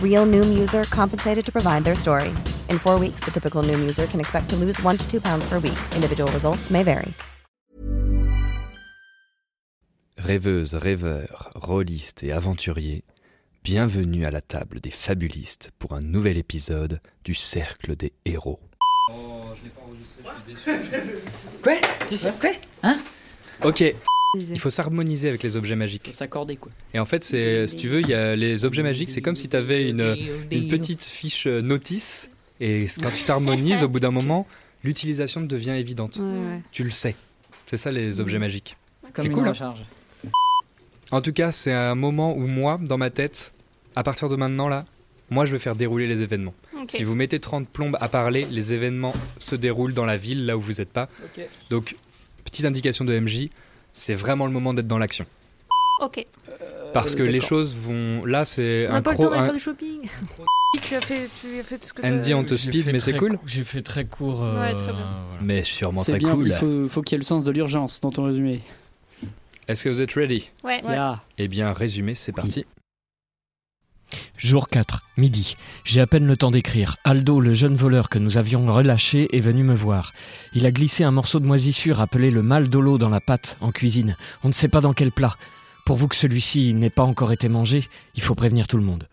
Real Noom user compensated to provide their story. In four weeks, the typical Noom user can expect to lose one to two pounds per week. Individual results may vary. Rêveuses, rêveurs, rôlistes et aventuriers, bienvenue à la table des fabulistes pour un nouvel épisode du Cercle des Héros. Quoi Qu'est-ce- Quoi Hein Ok, il faut s'harmoniser avec les objets magiques. Faut s'accorder quoi. Et en fait, c'est, si tu veux, il y a les objets magiques, c'est comme si tu avais une, une petite fiche euh, notice, et quand tu t'harmonises, au bout d'un moment, l'utilisation devient évidente. Tu le sais. C'est ça les objets magiques. C'est comme C'est une cool, hein. recharge. En tout cas, c'est un moment où moi, dans ma tête, à partir de maintenant là, moi je vais faire dérouler les événements. Si vous mettez 30 plombes à parler, les événements se déroulent dans la ville, là où vous n'êtes pas. Ok. Donc, petite indication de MJ, c'est vraiment le moment d'être dans l'action. Ok. Euh, Euh, Parce que les choses vont... Là, c'est On n'a un pas le cro- temps d'aller un- faire du shopping. tu as fait, tu as fait tout ce que Andy, t'as- on te J'ai speed, fait mais c'est très cool. cou- J'ai fait très court. euh, Ouais, très bien. voilà. Mais sûrement C'est très bien, cool. il faut, faut qu'il y ait le sens de l'urgence dans ton résumé. Est-ce que vous êtes ready Ouais. Yeah. Eh bien, résumé, c'est parti. Jour 4, midi. J'ai à peine le temps d'écrire. Aldo, le jeune voleur que nous avions relâché, est venu me voir. Il a glissé un morceau de moisissure appelé le mal d'Olo dans la pâte en cuisine. On ne sait pas dans quel plat. Pour vous que celui-ci n'ait pas encore été mangé, il faut prévenir tout le monde.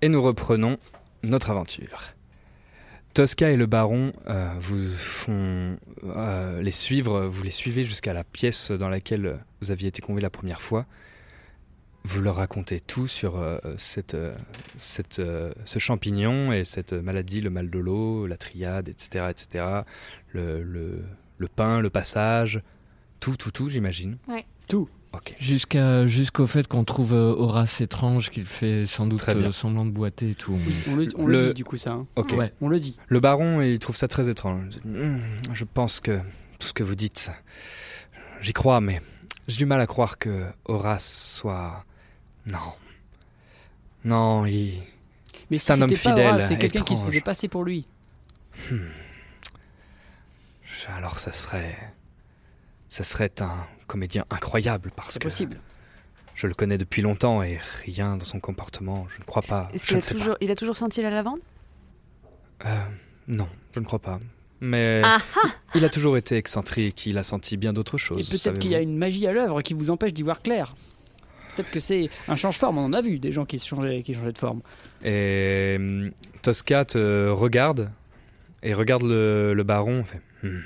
Et nous reprenons notre aventure. Tosca et le baron euh, vous font euh, les suivre, vous les suivez jusqu'à la pièce dans laquelle vous aviez été conviés la première fois. Vous leur racontez tout sur euh, cette, euh, cette, euh, ce champignon et cette maladie, le mal de l'eau, la triade, etc., etc., le, le, le pain, le passage, tout, tout, tout, j'imagine. Ouais. Tout. Ok. Jusqu'à, jusqu'au fait qu'on trouve euh, Horace étrange, qu'il fait sans doute Très bien. euh, semblant de boiter et tout. On le, on Le- le dit du coup ça. hein. Ok. Ouais. On le dit. Le baron, il trouve ça très étrange. Hmm, Je pense que tout ce que vous dites, j'y crois, mais j'ai du mal à croire que Horace soit. Non. Non, il. Mais C'est un c'était homme pas fidèle, Horace, C'est quelqu'un qui se étrange. faisait passer pour lui. Alors ça serait. Ça serait un comédien incroyable parce C'est que possible. je le connais depuis longtemps et rien dans son comportement, je ne crois pas. Est-ce Je qu'il ne a sais toujours, il a toujours senti la lavande pas. Euh, Non, je ne crois pas. Mais Ah il a toujours été excentrique, il a senti bien d'autres Et choses. peut-être savez-vous. qu'il y a une magie à l'œuvre qui vous empêche d'y voir clair. Peut-être que c'est un change-forme, on en a vu des gens qui, se changeaient, qui changeaient de forme. Et hum, Tosca te regarde et regarde le, le baron. fait, Hmm.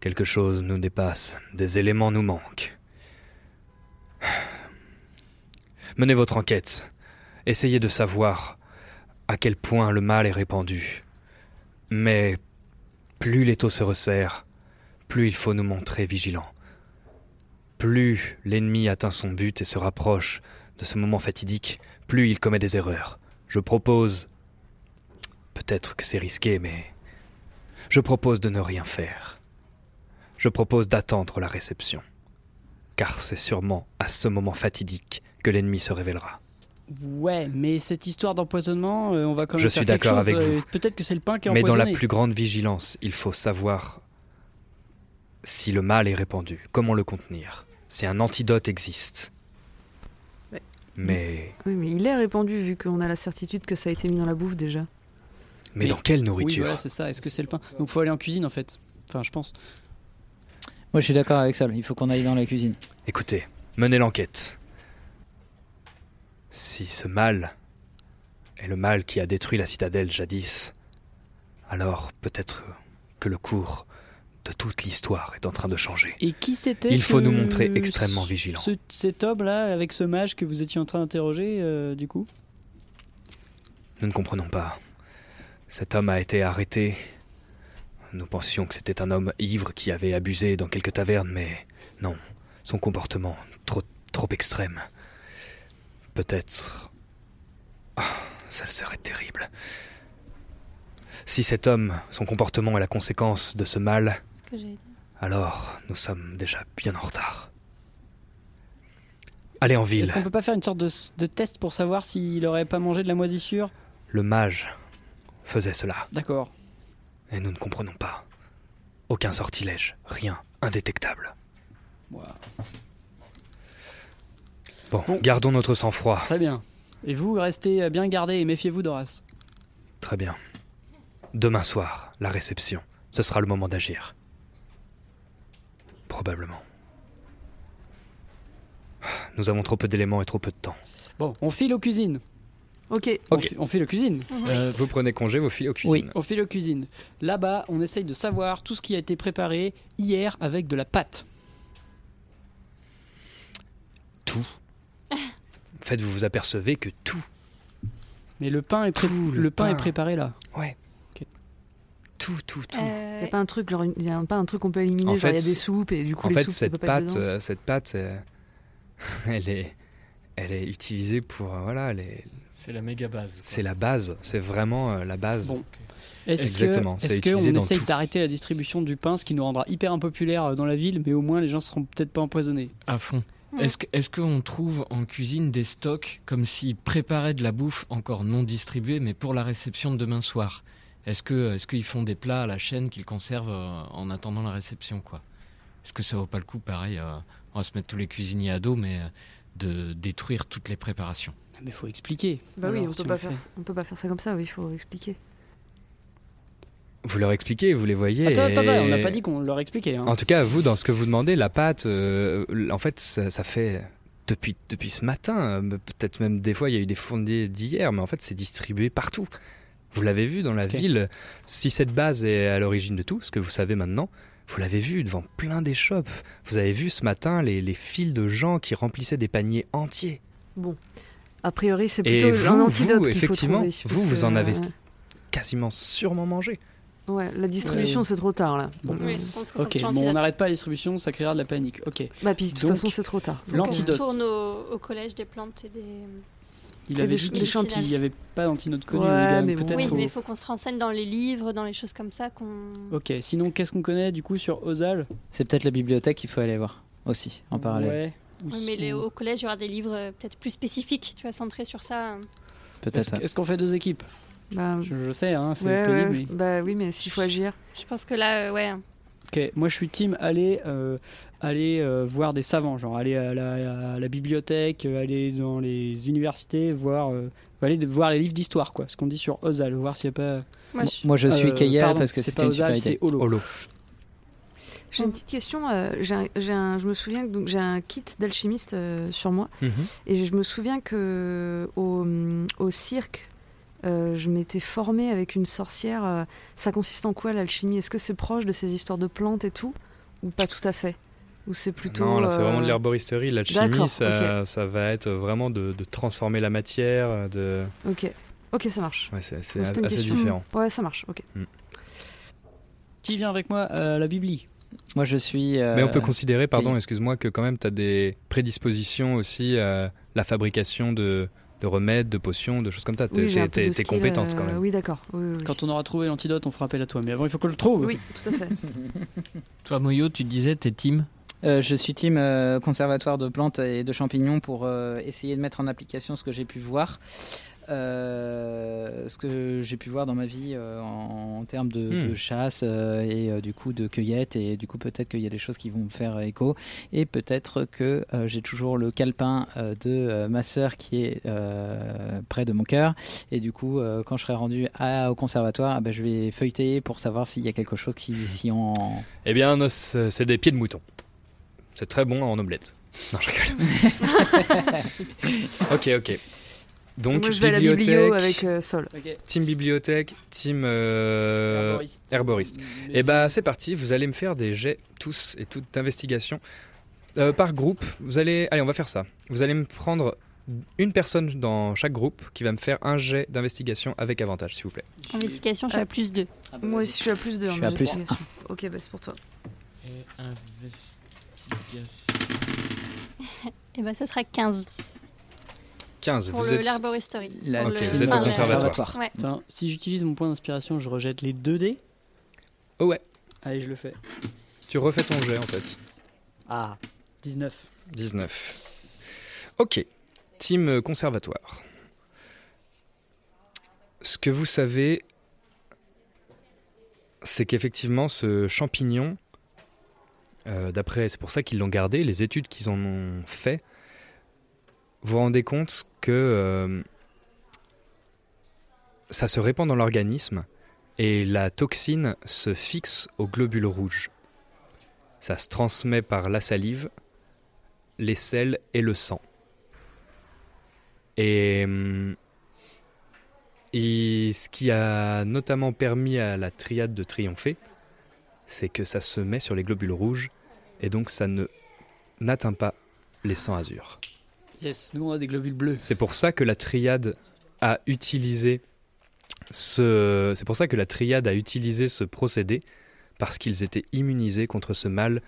Quelque chose nous dépasse, des éléments nous manquent. Menez votre enquête. Essayez de savoir à quel point le mal est répandu. Mais plus l'étau se resserre, plus il faut nous montrer vigilants. Plus l'ennemi atteint son but et se rapproche de ce moment fatidique, plus il commet des erreurs. Je propose. Peut-être que c'est risqué, mais. Je propose de ne rien faire. Je propose d'attendre la réception. Car c'est sûrement à ce moment fatidique que l'ennemi se révélera. Ouais, mais cette histoire d'empoisonnement, euh, on va quand même Je faire suis quelque d'accord chose, avec euh, vous. Peut-être que c'est le pain qui est Mais dans la empoisonné. plus grande vigilance, il faut savoir si le mal est répandu, comment le contenir, si un antidote existe. Ouais. Mais. Oui, mais il est répandu vu qu'on a la certitude que ça a été mis dans la bouffe déjà. Mais dans quelle nourriture Oui, voilà, c'est ça. Est-ce que c'est le pain Donc faut aller en cuisine en fait. Enfin, je pense. Moi, je suis d'accord avec ça. Il faut qu'on aille dans la cuisine. Écoutez, menez l'enquête. Si ce mal est le mal qui a détruit la citadelle jadis, alors peut-être que le cours de toute l'histoire est en train de changer. Et qui c'était Il faut ce- nous montrer extrêmement vigilants. ce- cet homme là, avec ce mage que vous étiez en train d'interroger, euh, du coup Nous ne comprenons pas. Cet homme a été arrêté. Nous pensions que c'était un homme ivre qui avait abusé dans quelques tavernes, mais non. Son comportement, trop, trop extrême. Peut-être. Ah, ça serait terrible. Si cet homme, son comportement est la conséquence de ce mal, que j'ai dit. alors nous sommes déjà bien en retard. Allez en ville. Est-ce qu'on peut pas faire une sorte de, de test pour savoir s'il aurait pas mangé de la moisissure Le mage faisait cela. D'accord. Et nous ne comprenons pas. Aucun sortilège, rien, indétectable. Bon, gardons notre sang-froid. Très bien. Et vous restez euh, bien gardés et méfiez-vous d'Horace. Très bien. Demain soir, la réception. Ce sera le moment d'agir. Probablement. Nous avons trop peu d'éléments et trop peu de temps. Bon, on file aux cuisines. Ok. On, fi- on file aux cuisines. Euh, vous prenez congé, vos filles aux Oui, on file aux cuisines. Là-bas, on essaye de savoir tout ce qui a été préparé hier avec de la pâte. Tout. En fait, vous vous apercevez que tout, Mais le pain est, pré- le pain est pain. préparé là. Ouais. Tout, tout, tout. Euh, Il n'y a pas un truc, genre, une- y a un- pas un truc qu'on peut éliminer, En genre il y a fait, des soupes et du coup en les fait, soupes, ça cette, peut pas être pâte, dedans. euh, cette pâte, euh, elle est, elle est utilisée pour euh, voilà, les. C'est la méga base. C'est la base, c'est vraiment euh, la base. Bon. Est-ce Exactement, que- c'est Est-ce qu'on utilisé dans essaye tout. d'arrêter la distribution du pain, ce qui nous rendra hyper impopulaire euh, dans la ville, mais au moins les gens seront peut-être pas empoisonnés. Ah. À fond. Mm. Est-ce que- est-ce qu'on trouve en cuisine des stocks comme s'ils préparaient de la bouffe encore non distribuée, mais pour la réception de demain soir Est-ce que est-ce qu'ils font des plats à la chaîne qu'ils conservent euh, en attendant la réception quoi Est-ce que ça vaut pas le coup Pareil, euh, on va se mettre tous les cuisiniers à dos, mais euh, de détruire toutes les préparations. Ah, Mais faut expliquer. Bah oui, Alors, on si peut on pas le faire, fait. ça- on peut pas faire ça comme ça. Oui, il faut expliquer. Vous leur expliquez, vous les voyez. Attends, et- attends, attends, on n'a pas dit qu'on leur expliquait. hein. En tout cas, vous, dans ce que vous demandez, la pâte, euh, en fait, ça, ça fait depuis, depuis ce matin, euh, peut-être même des fois, il y a eu des fournées d'hier, mais en fait, c'est distribué partout. Vous l'avez vu dans la ville. Si cette base est à l'origine de tout, ce que vous savez maintenant, vous l'avez vu devant plein des shops. Vous avez vu ce matin les, les files de gens qui remplissaient des paniers entiers. Bon, a priori c'est Et plutôt vous, un antidote vous, qu'il faut effectivement, trouver. parce vous, vous en que, avez euh, quasiment sûrement mangé. Ouais, la distribution Ouais. c'est trop tard là. Oui, Euh, Ok, bon, on n'arrête pas la distribution, ça créera de la panique. Ok. Bah puis de toute Donc, façon c'est trop tard. Donc, L'antidote. On tourne au, au collège des plantes et des. Il Et avait des dit ch- des qu'il champignons. il n'y avait pas d'antidote connu. Ouais, il a mais bon. peut-être Oui, au- mais il faut qu'on se renseigne dans les livres, dans les choses comme ça qu'on. Ok, sinon qu'est-ce qu'on connaît du coup sur Ozal C'est peut-être la bibliothèque qu'il faut aller voir aussi en parallèle. Ouais. Ou Oui, s- mais les- ou- au collège, il y aura des livres euh, peut-être plus spécifiques, tu vois, centrés sur ça. hein. Est-ce Peut-être. est-ce qu'on fait deux équipes Bah, je, je sais, Ah, hein, c'est Ouais, ouais, pénible. c'est- Bah oui, mais s'il faut agir. Je pense que là, euh, ouais. mais- Ok, moi je suis team, aller, euh, aller euh, voir des savants, genre aller à la, à la bibliothèque, euh, aller dans les universités, voir euh, faut aller voir les livres d'histoire, quoi. Ce qu'on dit sur Ozal, voir s'il n'y a pas. Euh, Moi, je- Moi, je suis Euh, Kayal pardon, parce que c'est c'était pas une Ozal, super idée. C'est Holo. Holo. J'ai une petite question. euh, j'ai un- j'ai un- je me souviens que donc, j'ai un kit d'alchimiste euh, sur moi. Mhm. Et je me souviens que au, au cirque, euh, je m'étais formée avec une sorcière. euh, ça consiste en quoi l'alchimie Est-ce que c'est proche de ces histoires de plantes et tout Ou pas tout à fait Ou c'est plutôt. Non, là, c'est vraiment de euh, l'herboristerie. L'alchimie, D'accord, ça, ça va être vraiment de, de transformer la matière. De... Ok. Ok, Ok, ça marche. Ouais, c'est c'est Donc, c'était une assez question. différent. Mm. Ouais, ça marche, ok. Qui vient avec moi à la Bibli Moi, je suis. euh, Mais on peut considérer, pardon, excuse-moi, que quand même, tu as des prédispositions aussi à la fabrication de, de remèdes, de potions, de choses comme ça. T'es Oui, j'ai un peu t'es- de t'es- t'es skill, compétente quand euh, même. Oui, d'accord. Oui, oui, oui. Quand on aura trouvé l'antidote, on fera appel à toi. Mais avant, il faut qu'on le Oh, trouve. Oui, tout à fait. Toi, Moyo, tu disais, t'es team euh, je suis team euh, conservatoire de plantes et de champignons pour euh, essayer de mettre en application ce que j'ai pu voir. Euh, ce que j'ai pu voir dans ma vie euh, en, en termes de, Hmm. de chasse euh, et euh, du coup de cueillette et du coup peut-être qu'il y a des choses qui vont me faire euh, écho et peut-être que euh, j'ai toujours le calepin euh, de euh, ma sœur qui est euh, près de mon cœur et du coup euh, quand je serai rendu à- au conservatoire ah ben, je vais feuilleter pour savoir s'il y a quelque chose qui si en Eh bien, nos- c'est des pieds de mouton. C'est très bon en omelette. Non, je rigole. ok, ok. Donc, Moi, je vais à la bibliothèque, biblio avec euh, Sol. Team bibliothèque, team euh, Herboriste. herboriste. Et bah, c'est parti, vous allez me faire des jets tous et toutes d'investigation. Euh, par groupe, vous allez. Allez, on va faire ça. Vous allez me prendre une personne dans chaque groupe qui va me faire un jet d'investigation avec avantage, s'il vous plaît. Ah. Investigation, je suis à plus 2. bah Moi aussi, je suis à plus 2. Je suis à plus Ok, bah, c'est pour toi. Et ben ça sera 15. 15, Pour vous le- êtes. l'herboristerie. La- Pour ok, Euh, le- vous êtes au enfin, le- conservatoire. Ouais. Attends, si j'utilise mon point d'inspiration, je rejette les 2 dés. Oh ouais. Allez, je le fais. Tu refais ton jet en fait. Ah, 19. 19. Ok, team euh, conservatoire. Ce que vous savez, c'est qu'effectivement, ce champignon, euh, d'après, c'est pour ça qu'ils l'ont gardé, les études qu'ils en ont fait, vous vous rendez compte que euh, ça se répand dans l'organisme et la toxine se fixe aux globules rouges. Ça se transmet par la salive, les selles et le sang. Et hum, il- ce qui a notamment permis à la triade de triompher, c'est que ça se met sur les globules rouges et donc ça ne n'atteint pas les sangs azur. Yes, nous on a des globules bleus. C'est pour ça que la triade a utilisé ce c'est pour ça que la triade a utilisé ce procédé parce qu'ils étaient immunisés contre ce mal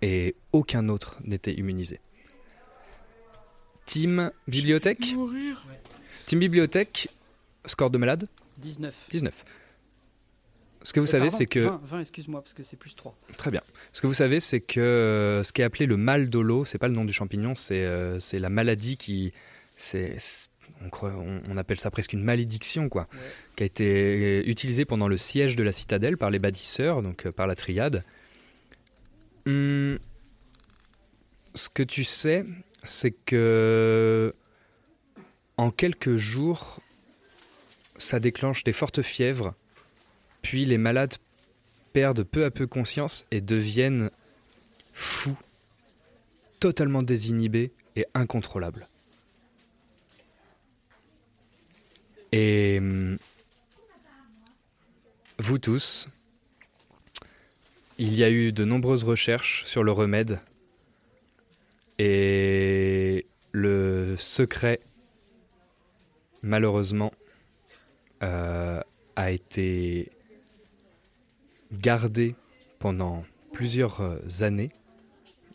et aucun autre n'était immunisé. Team bibliothèque Team bibliothèque score de malade 19. 19. Ce Euh, que vous savez c'est que 20, 20, excuse-moi, parce que c'est plus 3. Très bien. Ce que vous savez, c'est que euh, ce qui est appelé le mal d'Olo, c'est pas le nom du champignon, c'est euh, c'est la maladie qui. c'est c'est- on, croit- on- on appelle ça presque une malédiction, quoi. Qui a été euh, utilisée pendant le siège de la citadelle par les bâtisseurs, donc euh, par la triade. Hum, ce que tu sais, c'est que. En quelques jours, ça déclenche des fortes fièvres, puis les malades perdent peu à peu conscience et deviennent fous, totalement désinhibés et incontrôlables. Et hum, vous tous, il y a eu de nombreuses recherches sur le remède et le secret, malheureusement, euh, a été gardé pendant plusieurs euh, années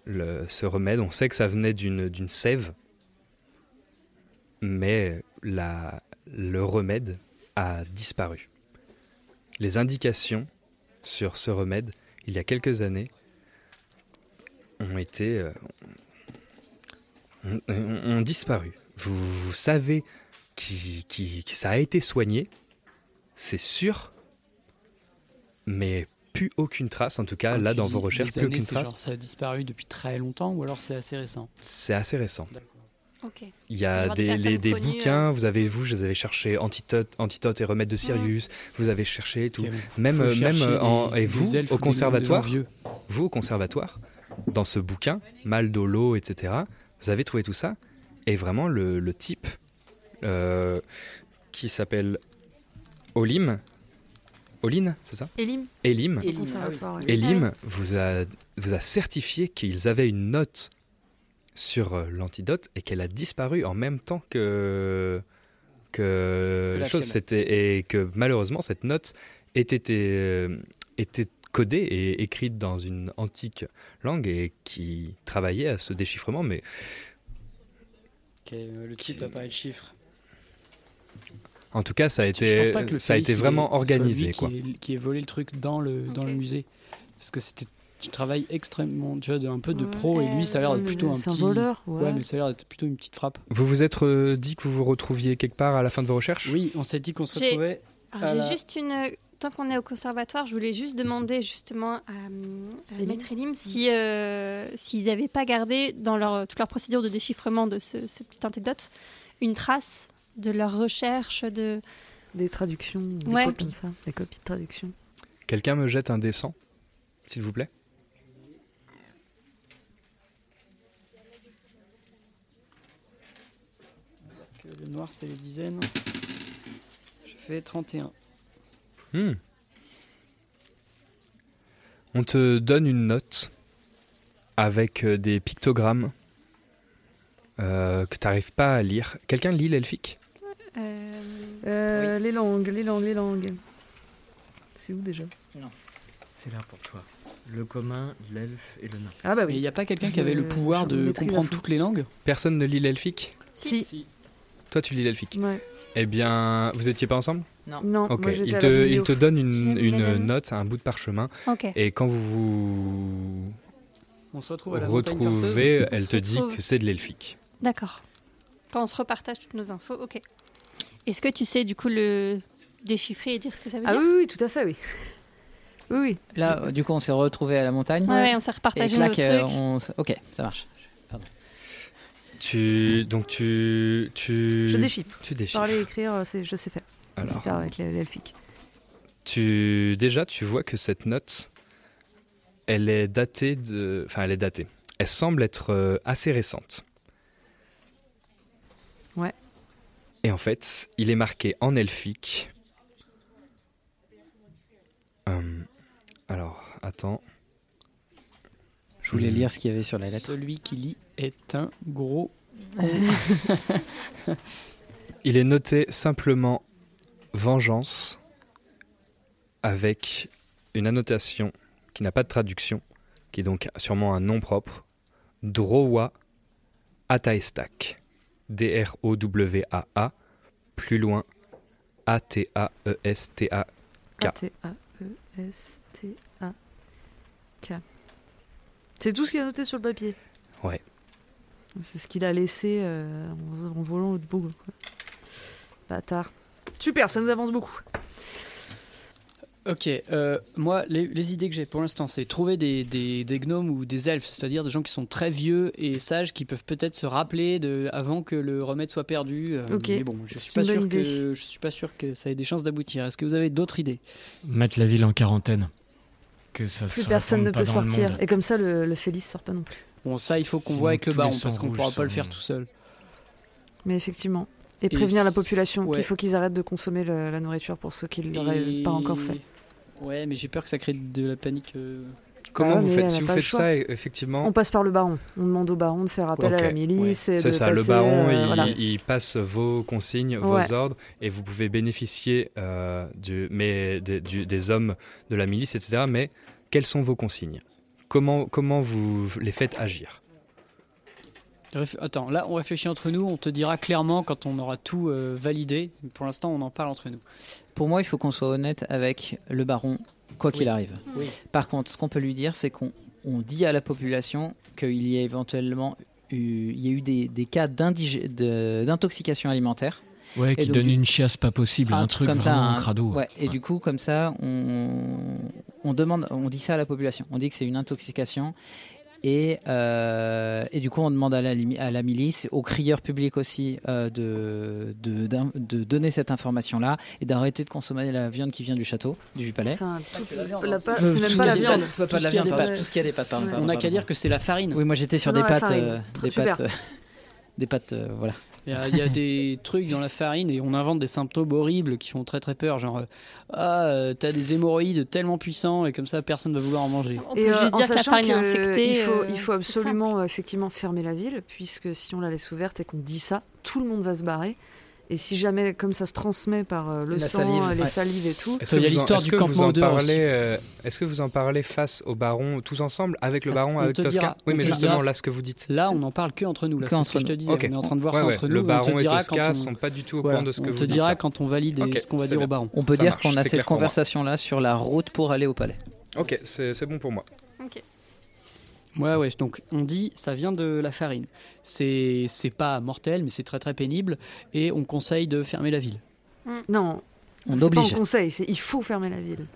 le- ce remède. On sait que ça venait d'une d'une sève, mais la- le remède a disparu. Les indications sur ce remède, il y a quelques années, ont été... euh, ont, ont- ont disparu. Vous, vous savez qui, qui- qui- ça a été soigné, c'est sûr, mais plus aucune trace, en tout cas, là, dans vos recherches, plus aucune trace. ça a disparu depuis très longtemps ou alors c'est assez récent C'est assez récent. Ok. Il y a Avoir des, les- personnes des connues, euh. euh, bouquins, vous avez, vous, je les avais cherchés, Antitote, Antitote et Remède de Sirius, vous avez cherché et tout. Même, faut euh, même chercher euh, en- des- et des vous, elfes ou au des conservatoire, gnomes de l'an vous, au conservatoire, dans ce bouquin, Mal d'Olo, etc., vous avez trouvé tout ça. Et vraiment, le, le type euh, qui s'appelle Olim, Oline, c'est ça Elim. Elim. ah Au conservatoire, oui. Elim vous a, vous a certifié qu'ils avaient une note sur euh, l'antidote et qu'elle a disparu en même temps que, que, Que la la chose. fièvre. C'était, et que malheureusement, cette note était, euh, était codée et écrite dans une antique langue et qui travaillait à ce déchiffrement, mais euh, le type n'a pas de chiffre. en tout cas, ça a Je pense été, pas que le ça a pays, été c'est- vraiment ce soit lui organisé. qui Quoi. ait- Qui ait volé le truc dans le, dans le musée. Parce que c'était du travail extrêmement, tu vois, de- un peu de pro, et lui, ça a l'air d'être Ouais, plutôt un c'est petit. un voleur, ouais. mais ça a l'air d'être plutôt une petite frappe. Vous vous êtes euh, dit que vous vous retrouviez quelque part à la fin de vos recherches Oui, on s'est dit qu'on se J'ai- retrouvait. Alors, à j'ai la- juste une. Tant qu'on est au conservatoire, je voulais juste demander justement à, euh, à Maître Elim si, euh, s'ils n'avaient pas gardé dans leur, toute leur procédure de déchiffrement de ce, cette petite anecdote une trace de leur recherche de. Des traductions, des Ouais. copies comme ça, des copies de traduction. Quelqu'un me jette un dessin, s'il vous plaît que Le noir, c'est les dizaines. Je fais 31. Hmm. On te donne une note avec euh, des pictogrammes euh, que tu n'arrives pas à lire. Quelqu'un lit l'elfique Euh, Les langues, les langues, les langues. C'est où déjà C'est là pour toi. Le commun, l'elfe et le nain. Ah bah oui. Il n'y a pas quelqu'un Je qui avait le me- pouvoir de je maîtrise à comprendre fond. toutes les langues Personne ne lit l'elfique Si. Toi, tu lis l'elfique Ouais. Eh bien, vous étiez pas ensemble Non. Non, Ok, moi, j'étais il à te, la il biblio. te donne une, J'ai une la même. note, un bout de parchemin. Ok. Et quand vous vous On se retrouve à la montagne retrouvez, perceuse. elle se te dit retrouve. que c'est de l'elfique. D'accord. Quand on se repartage toutes nos infos, ok. Est-ce que tu sais du coup le déchiffrer et dire ce que ça veut Ah dire oui, oui, tout à fait, oui. Oui, oui. Là, euh, du coup, on s'est retrouvé à la montagne. Ouais, ouais, on s'est repartagé Et clac, nos euh, trucs. on s- Ok, ça marche. Tu, donc tu, tu... Je déchiffre. Tu déchiffres. Parler, écrire, euh, c'est- je sais faire. Je sais Alors. faire avec les- l'elfique. Tu déjà tu vois que cette note, elle est datée de, enfin elle est datée. Elle semble être euh, assez récente. Ouais. Et en fait, il est marqué en elfique. Hum, alors attends. Je voulais lire ce qu'il y avait sur la lettre. Celui qui lit est un gros. con. Il est noté simplement vengeance avec une annotation qui n'a pas de traduction, qui est donc sûrement un nom propre. Drowa Ataestak. D-R-O-W-A-A. Plus loin. E A-T-A-E-S-T-A-K. T-A-E-S-T-A-K. C'est tout ce qu'il y a noté sur le papier. Ouais. C'est ce qu'il a laissé euh, en, en volant l'autre bout. quoi. Bâtard. Super, ça nous avance beaucoup. Ok, euh, moi, les, les idées que j'ai pour l'instant, c'est trouver des, des- des gnomes ou des elfes, c'est-à-dire des gens qui sont très vieux et sages, qui peuvent peut-être se rappeler de, avant que le remède soit perdu. euh, Ok, Mais bon, je c'est suis pas une bonne sûr que idée. je suis pas sûr que ça ait des chances d'aboutir. Est-ce que vous avez d'autres idées Mettre la ville en quarantaine. Que ça Plus se personne répande ne pas peut dans le sortir. monde. Et comme ça, le, le Félix sort pas non plus. Bon, ça, il faut qu'on Sinon, voit avec le tous les baron sangs parce qu'on rouges hein. pourra pas le sont- faire tout seul. Mais effectivement. Et Et prévenir la c- population ouais. qu'il faut qu'ils arrêtent de consommer le- la nourriture pour ceux qui ne l'auraient Et- pas encore fait. Ouais, mais j'ai peur que ça crée de la panique. euh. Comment Ah, vous mais faites elle Si a vous pas faites le choix. ça, effectivement. On passe par le baron. On demande au baron de faire appel Ok. à la milice. et de C'est ça, le passer, baron, euh, il, voilà. il passe vos consignes, Ouais. vos ordres, et vous pouvez bénéficier euh, du, mais, des, du- des hommes de la milice, etc. Mais quelles sont vos consignes comment, comment vous les faites agir Réf- Attends, là, on réfléchit entre nous. On te dira clairement quand on aura tout euh, validé. Pour l'instant, on en parle entre nous. Pour moi, il faut qu'on soit honnête avec le baron, quoi qu'il arrive. Oui. Par contre, ce qu'on peut lui dire, c'est qu'on on dit à la population qu'il y a éventuellement eu, il y a eu des, des cas d'indige- de- d'intoxication alimentaire. Ouais, Et qui donc, donne du- une chiasse pas possible, Ah, un, truc vraiment un- crado. ouais, et du coup, comme ça, on, on demande, on dit ça à la population. On dit que c'est une intoxication Et, euh, et du coup, on demande à la, limi- à la milice, aux crieurs publics aussi, euh, de, de, d'in- de donner cette information-là et d'arrêter de consommer la viande qui vient du château, du palais. Enfin, tout- C'est la viande, la hein, pa- c'est- c'est même tout pas ce qui est la viande. des pâtes, Tout ce qui est des pâtes, tout ce qui est des pâtes, pardon, On pardon, n'a pardon. qu'à dire que c'est la farine. Oui, moi j'étais sur Non, des la pâtes, farine. euh, Très des super. pâtes, euh, des pâtes, euh, voilà. Il y, a, il y a des trucs dans la farine et on invente des symptômes horribles qui font très très peur, genre euh, ah euh, t'as des hémorroïdes tellement puissants et comme ça personne va vouloir en manger. On peut juste euh, en dire que la sachant farine est que, infectée, Il faut, euh, il faut absolument euh, effectivement fermer la ville, puisque si on la laisse ouverte et qu'on dit ça, tout le monde va se barrer. Et si jamais, comme ça se transmet par euh, le La sang, salive, euh, les ouais. salives et tout. Est-ce que vous en- est-ce que vous en parlez, euh, Est-ce que vous en parlez face au baron tous ensemble avec le baron On avec te Tosca dira, Oui, on mais te justement dira. là ce que vous dites. Là, on n'en parle que entre nous. Là, Que c'est ce entre que je te nous. disais. Ok. On est en train de voir Ouais, ça ouais. entre Le nous. baron on te et dira Tosca quand on... sont pas du tout au Voilà, courant de ce que On vous te dites, dira ça. quand on valide et Ok, ce qu'on va c'est dire bien. au baron. On peut Ça dire marche, qu'on a c'est cette clair pour moi. conversation-là sur la route pour aller au palais. Ok, c'est c'est bon pour moi. Euh, Ok. Ouais, ouais, donc on dit ça vient de la farine. C'est c'est pas mortel, mais c'est très très pénible et on conseille de fermer la ville. Mm. Non. On c'est pas oblige. un conseil, c'est il faut fermer la ville.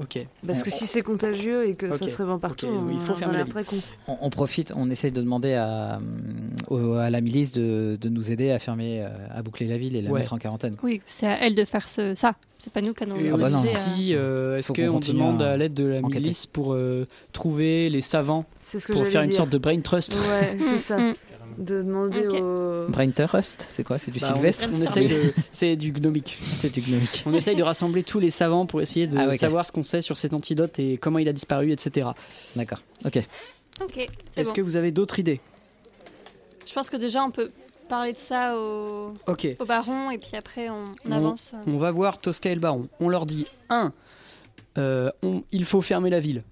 Ok. Parce que si c'est contagieux et que ça Ok. se répand partout, Ok, donc il faut on fermer a la l'air ville. très con. On, on profite, on essaye de demander à, hum, au- à la milice de, de nous aider à fermer, euh, à boucler la ville et la Ouais. mettre en quarantaine. Ah bah quoi. Oui, c'est à elle de faire ce, ça. C'est pas nous qui allons Et nous aider à- aussi, euh, est-ce Faut qu'on qu'on continue demande à à l'aide de la enquêter. milice pour euh, trouver les savants C'est ce que pour j'allais faire une dire. sorte de brain trust Ouais, c'est ça. Mm. De demander aux. Brain Trust, c'est quoi C'est du Bah, on- sylvestre on essaye de- C'est du gnomique. C'est du gnomique. On essaye de rassembler tous les savants pour essayer de Ah, ok. savoir ce qu'on sait sur cet antidote et comment il a disparu, etc. D'accord. Ok. Ok, c'est Est-ce bon. que vous avez d'autres idées Je pense que déjà, on peut parler de ça au, Ok. au baron et puis après, on, on avance. Mm. euh. On va voir Tosca et le baron. On leur dit 1. il faut fermer la ville,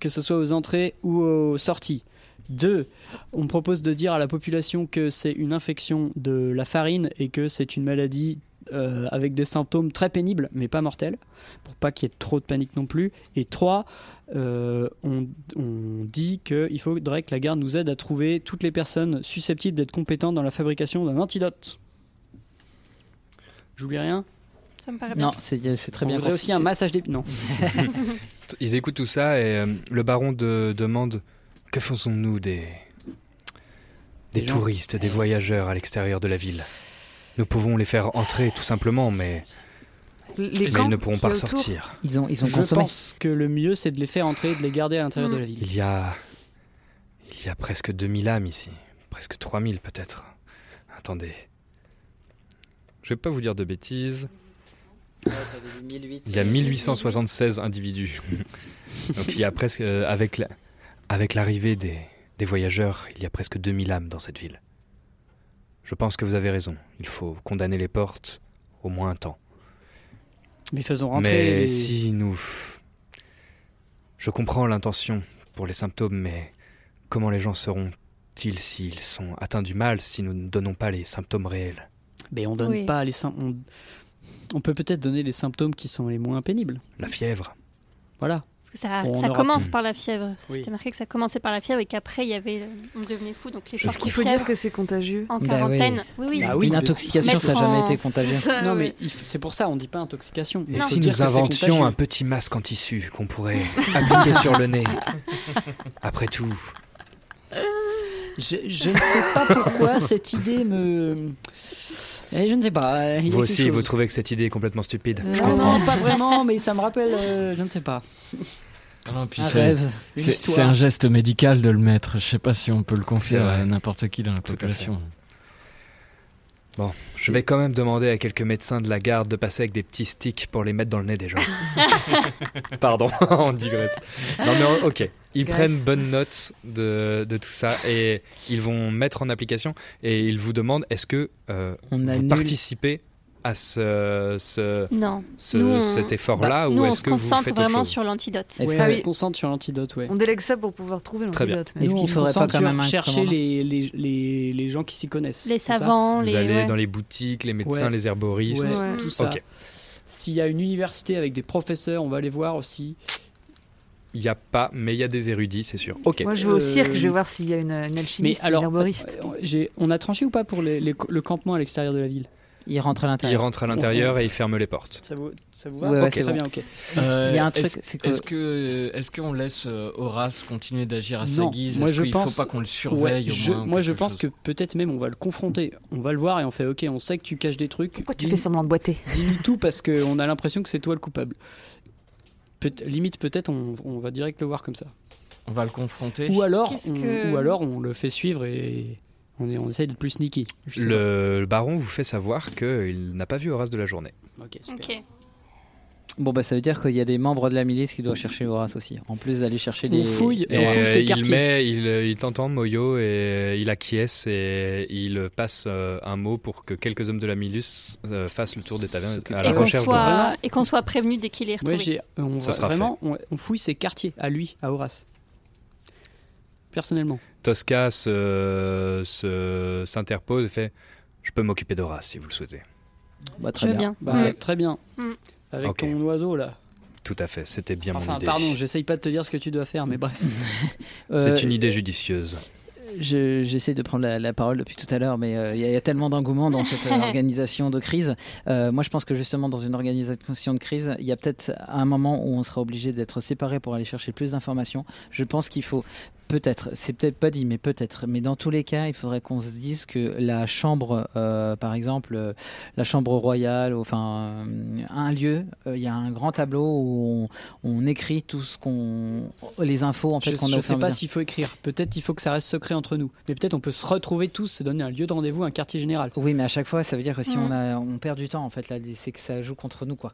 que ce soit aux entrées ou aux sorties. 2. On propose de dire à la population que c'est une infection de la farine et que c'est une maladie euh, avec des symptômes très pénibles mais pas mortels, pour pas qu'il y ait trop de panique non plus. Et 3. on, on dit qu'il faudrait que la garde nous aide à trouver toutes les personnes susceptibles d'être compétentes dans la fabrication d'un antidote. J'oublie rien Ça me paraît Non, c'est c'est très on bien. voudrait pensé. aussi un C'est- massage des non. Ils écoutent tout ça et euh, le baron de- demande que faisons-nous des des, touristes, des voyageurs à l'extérieur de la ville. Nous pouvons les faire entrer tout simplement, mais mais ils ne pourront pas ressortir. Ils ont, ils ont Je consommé. pense Hmm. que le mieux c'est de les faire entrer et de les garder à l'intérieur Mm. de la ville. Il y a il y a presque 2000 âmes ici, presque 3000 peut-être. Attendez. Je vais pas vous dire de bêtises. Il y a 1876 individus. Donc il y a presque, euh, avec, la- avec l'arrivée des, des voyageurs, il y a presque 2000 âmes dans cette ville. Je pense que vous avez raison. Il faut condamner les portes au moins un temps. Mais faisons rentrer. Mais les- si nous... f- Je comprends l'intention pour les symptômes, mais comment les gens seront-ils s'ils sont atteints du mal si nous ne donnons pas les symptômes réels Mais Ben, on donne Oui. pas les symptômes. On peut peut-être donner les symptômes qui sont les moins pénibles. La fièvre. Voilà. Parce que ça, On ça aura- commence Mm. par la fièvre. Oui. C'était marqué que ça commençait par la fièvre et qu'après, il y avait, le- on devenait fou. Donc les gens Est-ce qui qu'il faut fièvrent dire que c'est contagieux en quarantaine. Oui, oui. Bah Bah Une mais- intoxication, ça n'a jamais été contagieux. Non, mais il f- c'est pour ça, on dit pas intoxication. Et Il faut si dire nous que c'est inventions un contagieux. petit masque en tissu qu'on pourrait appliquer sur le nez Après tout, Je, je ne sais pas pourquoi cette idée me. Eh, je ne sais pas. euh, il y a vous quelque aussi, chose. vous trouvez que cette idée est complètement stupide. Je Euh, comprends. Non, pas vraiment, mais ça me rappelle. euh, je ne sais pas. Ah Non, puis Un c'est- rêve, une C'est histoire. c'est un geste médical de le mettre. Je sais pas si on peut le confier C'est vrai. à n'importe qui dans la Tout à fait. population. Bon, je vais quand même demander à quelques médecins de la garde de passer avec des petits sticks pour les mettre dans le nez des gens. Pardon, on digresse. Non mais on- ok, ils Digresse. prennent bonne note de, de tout ça et ils vont mettre en application et ils vous demandent est-ce que euh, On vous annule- participez à ce, ce- Non. ce- Nous, on- cet effort-là Bah, nous, ou on est-ce se que vous concentre faites autre vraiment chose sur l'antidote. Ouais, que- on se concentre sur l'antidote, ouais. On délègue ça pour pouvoir trouver Très bien. l'antidote. mais Est-ce nous, qu'il on- faut- faudrait On pas concentre quand sur même un chercher commandant les, les, les, les gens qui s'y connaissent. Les c'est ça savants, Vous les. allez ouais. dans les boutiques, les médecins, Ouais. les herboristes. Ouais, Ouais. tout ça. Ok. S'il y a une université avec des professeurs, on va aller voir aussi. Il n'y a pas, mais il y a des érudits, c'est sûr. Ok. Moi, je vais au Euh, cirque, je vais voir s'il y a une, une alchimiste, une herboriste. euh, j'ai- on a tranché ou pas pour les- les- le campement à l'extérieur de la ville Il rentre à l'intérieur. Il rentre à l'intérieur et il ferme les portes. Ça vous, ça vous va va Ouais, ouais, Ok, c'est Très bon. bien, ok. Euh, Il y a un truc, est-ce, c'est que- est-ce que est-ce qu'on laisse euh, Horace continuer d'agir à sa Non, Ah, guise moi Est-ce je qu'il pense. faut pas qu'on le Ouais, surveille au je- moins ou moi, je quelque pense chose que peut-être même on va le confronter. On va le voir et on fait Ok, on sait que tu caches des trucs. Pourquoi tu fais semblant de boiter Dis-lui tout parce qu'on a l'impression que c'est toi le coupable. Peut- limite, peut-être, on, on va direct le voir comme ça. On va le confronter. Ou alors, Qu'est-ce on, que- ou alors on le fait suivre et on, est, on essaye d'être plus sneaky. Je sais Le, le baron vous fait savoir qu'il n'a pas vu Horace de la journée. pas. Ok, super. Ok. Bon, bah ça veut dire qu'il y a des membres de la milice qui doivent chercher Horace aussi. En plus d'aller chercher des. Et, euh, il, met- il, euh, il t'entend, Moyo, et il acquiesce et il passe euh, un mot pour que quelques hommes de la milice euh, fassent le tour des tavernes à la et qu'on recherche d'Horace. soit, et qu'on soit prévenu dès qu'il est Ouais, retrouvé. j'ai- Euh, on Ça va- sera vraiment, on, on fouille ses quartiers à lui, à Horace. Personnellement. Tosca se- se- s'interpose et fait Je peux m'occuper d'Horace si vous le souhaitez. très Bah, très Je veux bien. bien. bien. Mm. Bah, Très bien. Avec Ok. ton oiseau là. Tout à fait, c'était bien mon Enfin, idée. pardon, j'essaye pas de te dire ce que tu dois faire, mais bref. C'est Euh, une idée judicieuse. Je- J'essaie de prendre la, la parole depuis tout à l'heure, mais euh, il y, a- il y a tellement d'engouement dans cette euh, organisation de crise. Euh, moi, je pense que justement, dans une organisation de crise, il y a peut-être un moment où on sera obligé d'être séparés pour aller chercher plus d'informations. Je pense qu'il faut peut-être, c'est peut-être pas dit, mais peut-être, mais dans tous les cas, il faudrait qu'on se dise que la chambre, euh, par exemple, euh, la chambre royale, ou, enfin, euh, un lieu, euh, il y a un grand tableau où on, on écrit tout ce qu'on, les infos en fait je qu'on a je au fur et à sais pas mesure. s'il faut écrire. Peut-être il faut que ça reste secret entre nous. Mais peut-être on peut se retrouver tous, se donner un lieu de rendez-vous, un quartier général. Oui, mais à chaque fois, ça veut dire que si on, a, on perd du temps, en fait, là, c'est que ça joue contre nous, quoi.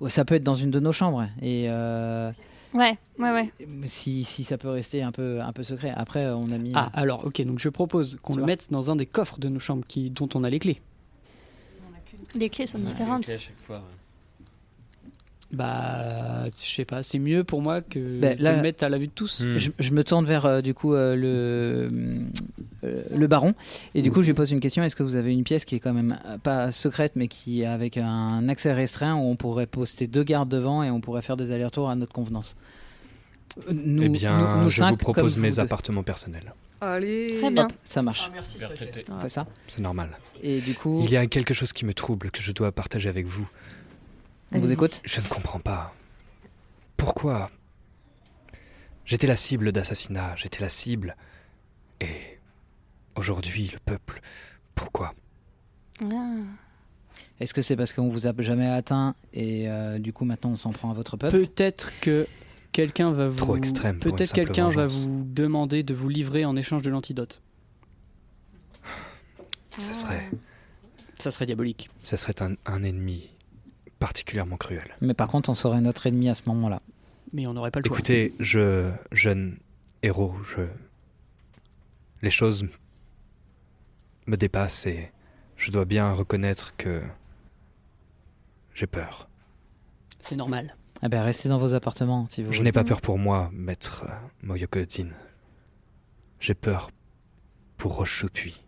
Ou Ça peut être dans une de nos chambres, et euh, Ouais, ouais, ouais. si, si ça peut rester un peu, un peu secret. Après, euh, on a mis. Ah, alors, ok, donc je propose qu'on Tu le vois. mette dans un des coffres de nos chambres qui, dont on a les clés. Les clés sont différentes. Bah, je sais pas, c'est mieux pour moi que Ben, de là- le mettre à la vue de tous. Hmm. Je, je me tourne vers euh, du coup euh, le euh, le baron et du coup je lui pose une question est-ce que vous avez une pièce qui est quand même euh, pas secrète mais qui est avec un accès restreint où on pourrait poster deux gardes devant et on pourrait faire des allers-retours à notre convenance Euh, nous, eh bien, nous- nous je cinq, vous propose comme mes vous deux. appartements personnels. Allez. Très bien. Hop, ça marche. merci, On fait ça C'est normal. Et du coup. Il y a quelque chose qui me trouble que je dois partager avec vous. On vous Allez-y. écoute Je ne comprends pas. Pourquoi J'étais la cible d'assassinat, j'étais la cible. Et aujourd'hui, le peuple. Pourquoi Ah. Est-ce que c'est parce qu'on vous a jamais atteint et euh, du coup maintenant on s'en prend à votre peuple Peut-être que quelqu'un va vous. Trop extrême pour une Peut-être simple quelqu'un va vengeance. vous demander de vous livrer en échange de l'antidote. Ce serait. Ça serait diabolique. Ce serait un, un ennemi particulièrement cruel. Mais par contre on serait notre ennemi à ce moment-là. Mais on n'aurait pas le choix. Écoutez, je. jeune héros, je. Les choses m- me dépassent et je dois bien reconnaître que. j'ai peur. C'est normal. Ah ben restez dans vos appartements si vous Je voulez. n'ai pas peur pour moi, maître euh, Moyoko Jin. J'ai peur pour Roche-Chapuis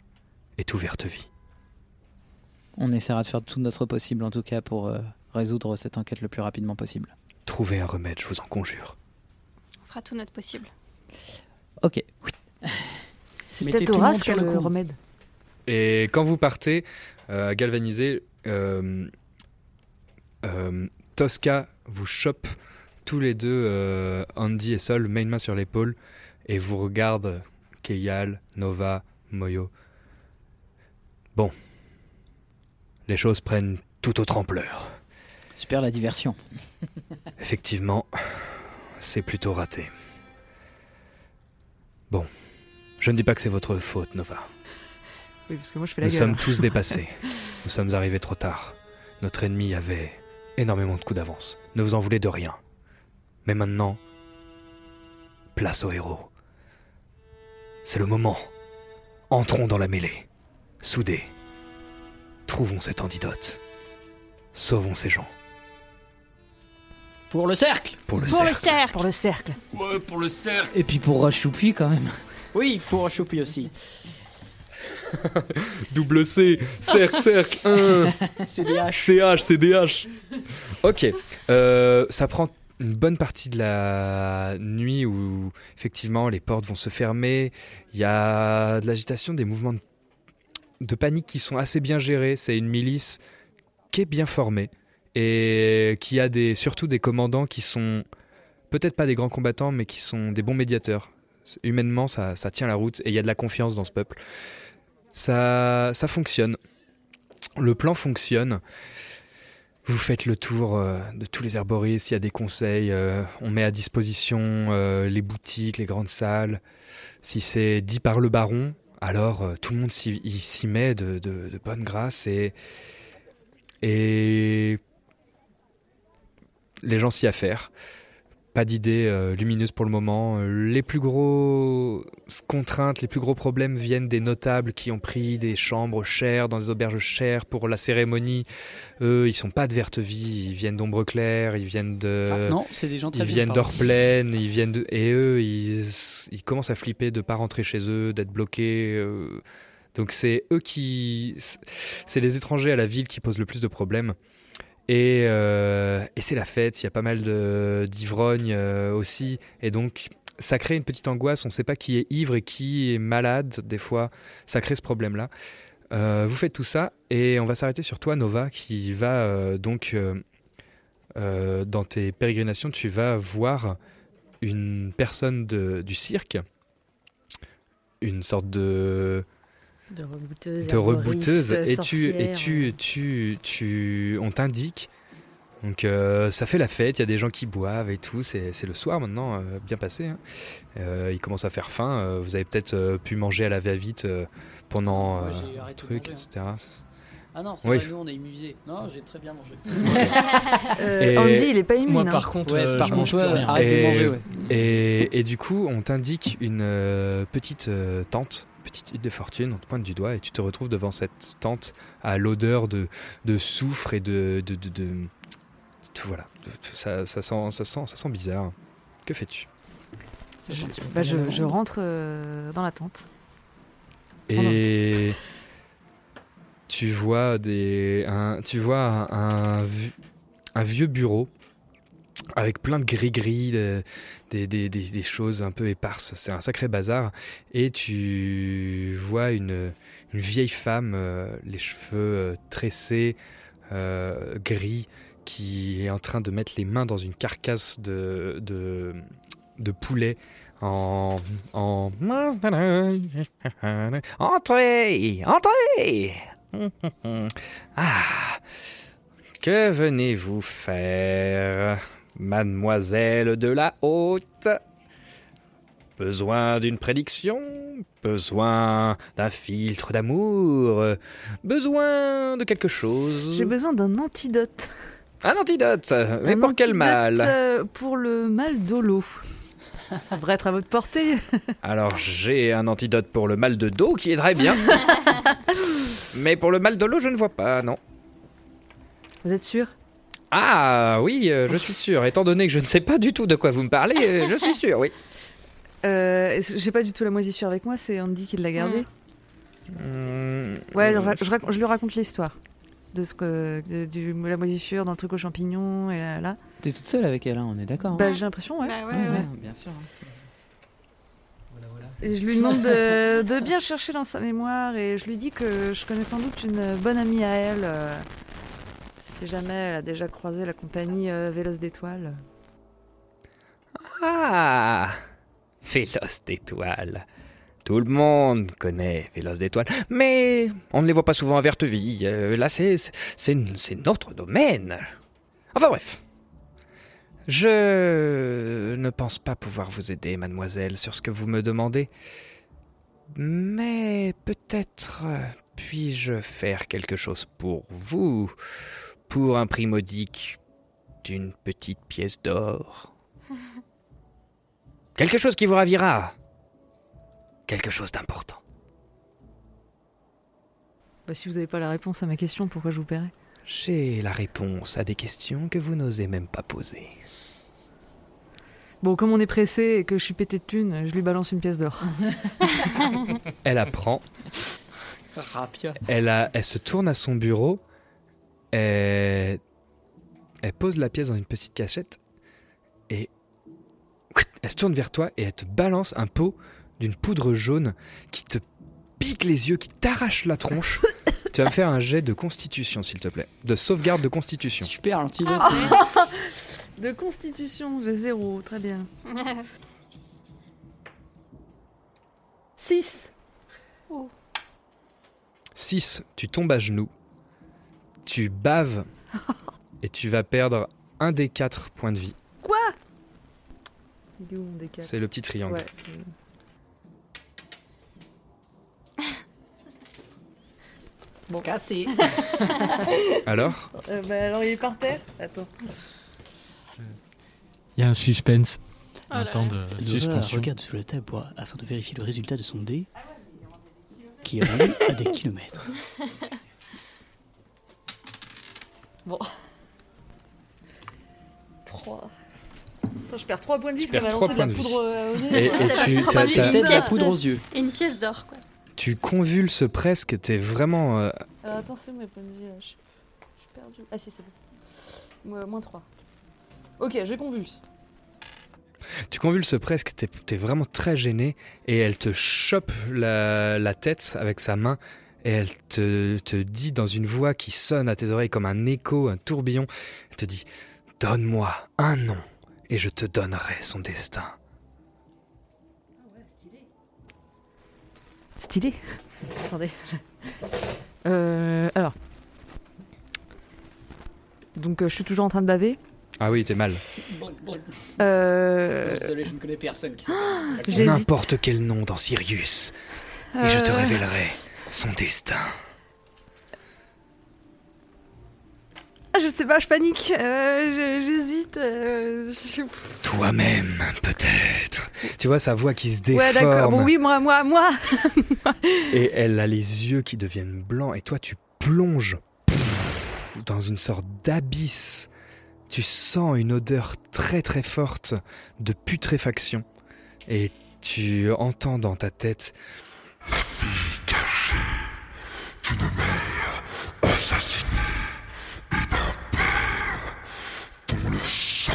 et tout Vertevie. On essaiera de faire tout notre possible en tout cas pour euh, résoudre cette enquête le plus rapidement possible. Trouvez un remède, je vous en conjure. On fera tout notre possible. Ok. C'est Mettez peut-être tout le Horace monde qui sur a le le coup. remède. Et quand vous partez, euh, galvanisé, euh, euh, Tosca vous chope tous les deux, euh, Andy et Sol, main main sur l'épaule, et vous regarde Keyal, Nova, Moyo. Bon, les choses prennent toute autre ampleur. Super la diversion. Effectivement, c'est plutôt raté. Bon, je ne dis pas que c'est votre faute, Nova. Oui, parce que moi je fais la Nous gueule. sommes tous dépassés. Nous sommes arrivés trop tard. Notre ennemi avait énormément de coups d'avance. Ne vous en voulez de rien. Mais maintenant, place au héros. C'est le moment. Entrons dans la mêlée. Soudés. Trouvons cet antidote. Sauvons ces gens. Pour le cercle Pour le Pour le cercle. cercle Pour le cercle. Ouais, pour le cercle. Et puis pour Rachoupi quand même. Oui, pour Choupi aussi. Double C, cercle, cercle, 1. CDH. CH, CDH. Ok. euh, ça prend une bonne partie de la nuit où, effectivement, les portes vont se fermer. Il y a de l'agitation, des mouvements de de panique qui sont assez bien gérées. C'est une milice qui est bien formée et qui a des, surtout des commandants qui sont peut-être pas des grands combattants, mais qui sont des bons médiateurs. Humainement, ça, ça tient la route et il y a de la confiance dans ce peuple. Ça, ça fonctionne. Le plan fonctionne. Vous faites le tour euh, de tous les herboristes, il y a des conseils, euh, on met à disposition euh, les boutiques, les grandes salles. Si c'est dit par le baron, alors euh, tout le monde s'y il s'y met de, de- de bonne grâce et, et les gens s'y affairent. Pas d'idée euh, lumineuse pour le moment. Euh, Les plus grosses contraintes, les plus gros problèmes viennent des notables qui ont pris des chambres chères dans des auberges chères pour la cérémonie. Eux, ils sont pas de verte vie, ils viennent d'ombre claire, ils viennent de. Ah, non, c'est des gens très Ils bien, viennent pardon. d'Orplaine, ils viennent de. Et eux, ils, ils commencent à flipper de pas rentrer chez eux, d'être bloqués. euh. Donc c'est eux qui. C'est les étrangers à la ville qui posent le plus de problèmes. Et, euh, et c'est la fête, il y a pas mal de- d'ivrognes euh, aussi. Et donc, ça crée une petite angoisse, on ne sait pas qui est ivre et qui est malade, des fois, ça crée ce problème-là. Euh, vous faites tout ça, et on va s'arrêter sur toi, Nova, qui va euh, donc, euh, euh, dans tes pérégrinations, tu vas voir une personne de- du cirque, une sorte de De rebouteuse. de rebouteuse herboriste, et tu et sorcière. tu tu tu on t'indique donc euh, ça fait la fête il y a des gens qui boivent et tout c'est c'est le soir maintenant euh, bien passé hein. Euh, il commence à faire faim euh, vous avez peut-être euh, pu manger à la va-vite euh, pendant Moi, euh, j'ai le arrêté de truc manger, hein. etc Ah non, c'est Oui. pas nous, on est immunisés. Non, j'ai très bien mangé. Et- Moi, par contre, Ouais, euh, par je contre, mange toi, plus rien. arrête de manger, ouais. Et, et du coup, on t'indique une euh, petite euh, tente, petite hutte de fortune, on te pointe du doigt et tu te retrouves devant cette tente à l'odeur de, de soufre et de. de, de- de- tout, voilà, De- tout- ça, ça sent, ça, sent, ça sent bizarre. Que fais-tu Je, bah, je, je rentre euh, dans la tente. Et tu vois des, un, tu vois un, un vi- un vieux bureau avec plein de gris-gris, de- des, des- des- des choses un peu éparses. C'est un sacré bazar. Et tu vois une, une vieille femme, euh, les cheveux euh, tressés, euh, gris, qui est en train de mettre les mains dans une carcasse de, de, de poulet en, en Entrez, entrez. Ah, que venez-vous faire, mademoiselle de la haute Besoin d'une prédiction, besoin d'un filtre d'amour, besoin de quelque chose. J'ai besoin d'un antidote. Mm. Un antidote, Ah, mais Un pour quel antidote, mal euh, Pour le mal d'Olo. Ça devrait être à votre portée. Alors j'ai un antidote pour le mal de dos qui est très bien. Mais pour le mal de l'eau, je ne vois pas, non. Vous êtes sûr Ah oui, euh, je suis sûr. Étant donné que je ne sais pas du tout de quoi vous me parlez, euh, je suis sûr, oui. Euh, est-ce- J'ai pas du tout la moisissure avec moi, c'est Andy qui l'a gardée. Ouais, Ouais, Euh, je, ra- je rac- je lui raconte l'histoire de ce que de, du- la moisissure dans le truc aux champignons et là. là. T'es toute seule avec elle, hein, on est d'accord. Bah, hein. j'ai l'impression, ouais. ouais, Ouais, ouais, ouais. bien sûr. hein. Et je lui demande de, de bien chercher dans sa mémoire et je lui dis que je connais sans doute une bonne amie à elle. euh, si jamais elle a déjà croisé la compagnie euh, Véloce d'Étoiles. Ah Véloce d'étoile. Tout le monde connaît Véloce d'étoile. Mais on ne les voit pas souvent à Verteville. Euh, là, c'est, c'est, c'est notre domaine. Enfin bref. Je ne pense pas pouvoir vous aider, mademoiselle, sur ce que vous me demandez. Mais peut-être euh, puis-je faire quelque chose pour vous, pour un prix modique d'une petite pièce d'or. Quelque chose qui vous ravira. Quelque chose d'important. Bah, si vous n'avez pas la réponse à ma question, pourquoi je vous paierais J'ai la réponse à des questions que vous n'osez même pas poser. Bon, comme on est pressé et que je suis pété de thunes, je lui balance une pièce d'or. Elle apprend, Rapia. elle, a- elle se tourne à son bureau, et elle pose la pièce dans une petite cachette, et elle se tourne vers toi et elle te balance un pot d'une poudre jaune qui te pique les yeux, qui t'arrache la tronche. tu vas me faire un jet de constitution, s'il te plaît. De sauvegarde de constitution. Super, l'antidote. De constitution, j'ai zéro, très bien. 6. 6. Tu tombes à genoux. Tu baves. et tu vas perdre un des quatre points de vie. Quoi Il est où mon décalque C'est le petit triangle. Ouais. Bon. Cassé. Alors Euh, bah, alors il est par terre Attends. Il y a un suspense. Oh un là temps là. de Laura suspension. regarde sous la table pour- afin de vérifier le résultat de son dé, qui est rendu à des kilomètres. Bon. 3. Attends, je perds 3 points de vie Tu parce qu'elle perds m'a lancé trois de la points de vie. poudre euh, au nez. Et- quoi. et tu- t'as- t'as- Peut-être la poudre aux yeux. Et une pièce d'or, quoi. Tu convulses presque, t'es vraiment euh, Euh, attends, c'est où mes points de vie là Je suis je suis perdue. Ah si, c'est bon. Moi, moins 3. Ok, je convulse. Tu convulses presque, t'es t'es vraiment très gêné, et elle te chope la, la tête avec sa main, et elle te, te dit dans une voix qui sonne à tes oreilles comme un écho, un tourbillon, elle te dit « Donne-moi un nom, et je te donnerai son destin. Stylé. Attendez. Euh, alors. Donc, euh, je suis toujours en train de baver. » Ah oui, t'es mal. Euh, Désolé, je ne connais personne qui. J'hésite. N'importe quel nom dans Sirius, et je te Euh. révélerai son destin. ah, je sais pas, je panique. Euh, je- J'hésite. euh, je- pff. Toi-même, peut-être. Tu vois sa voix qui se déforme. ouais, d'accord. Bon, oui, moi, moi, moi. Et elle a les yeux qui deviennent blancs et toi tu plonges pff, dans une sorte d'abysse. Tu sens une odeur très très forte de putréfaction et tu entends dans ta tête assassiné et d'un père dont le sang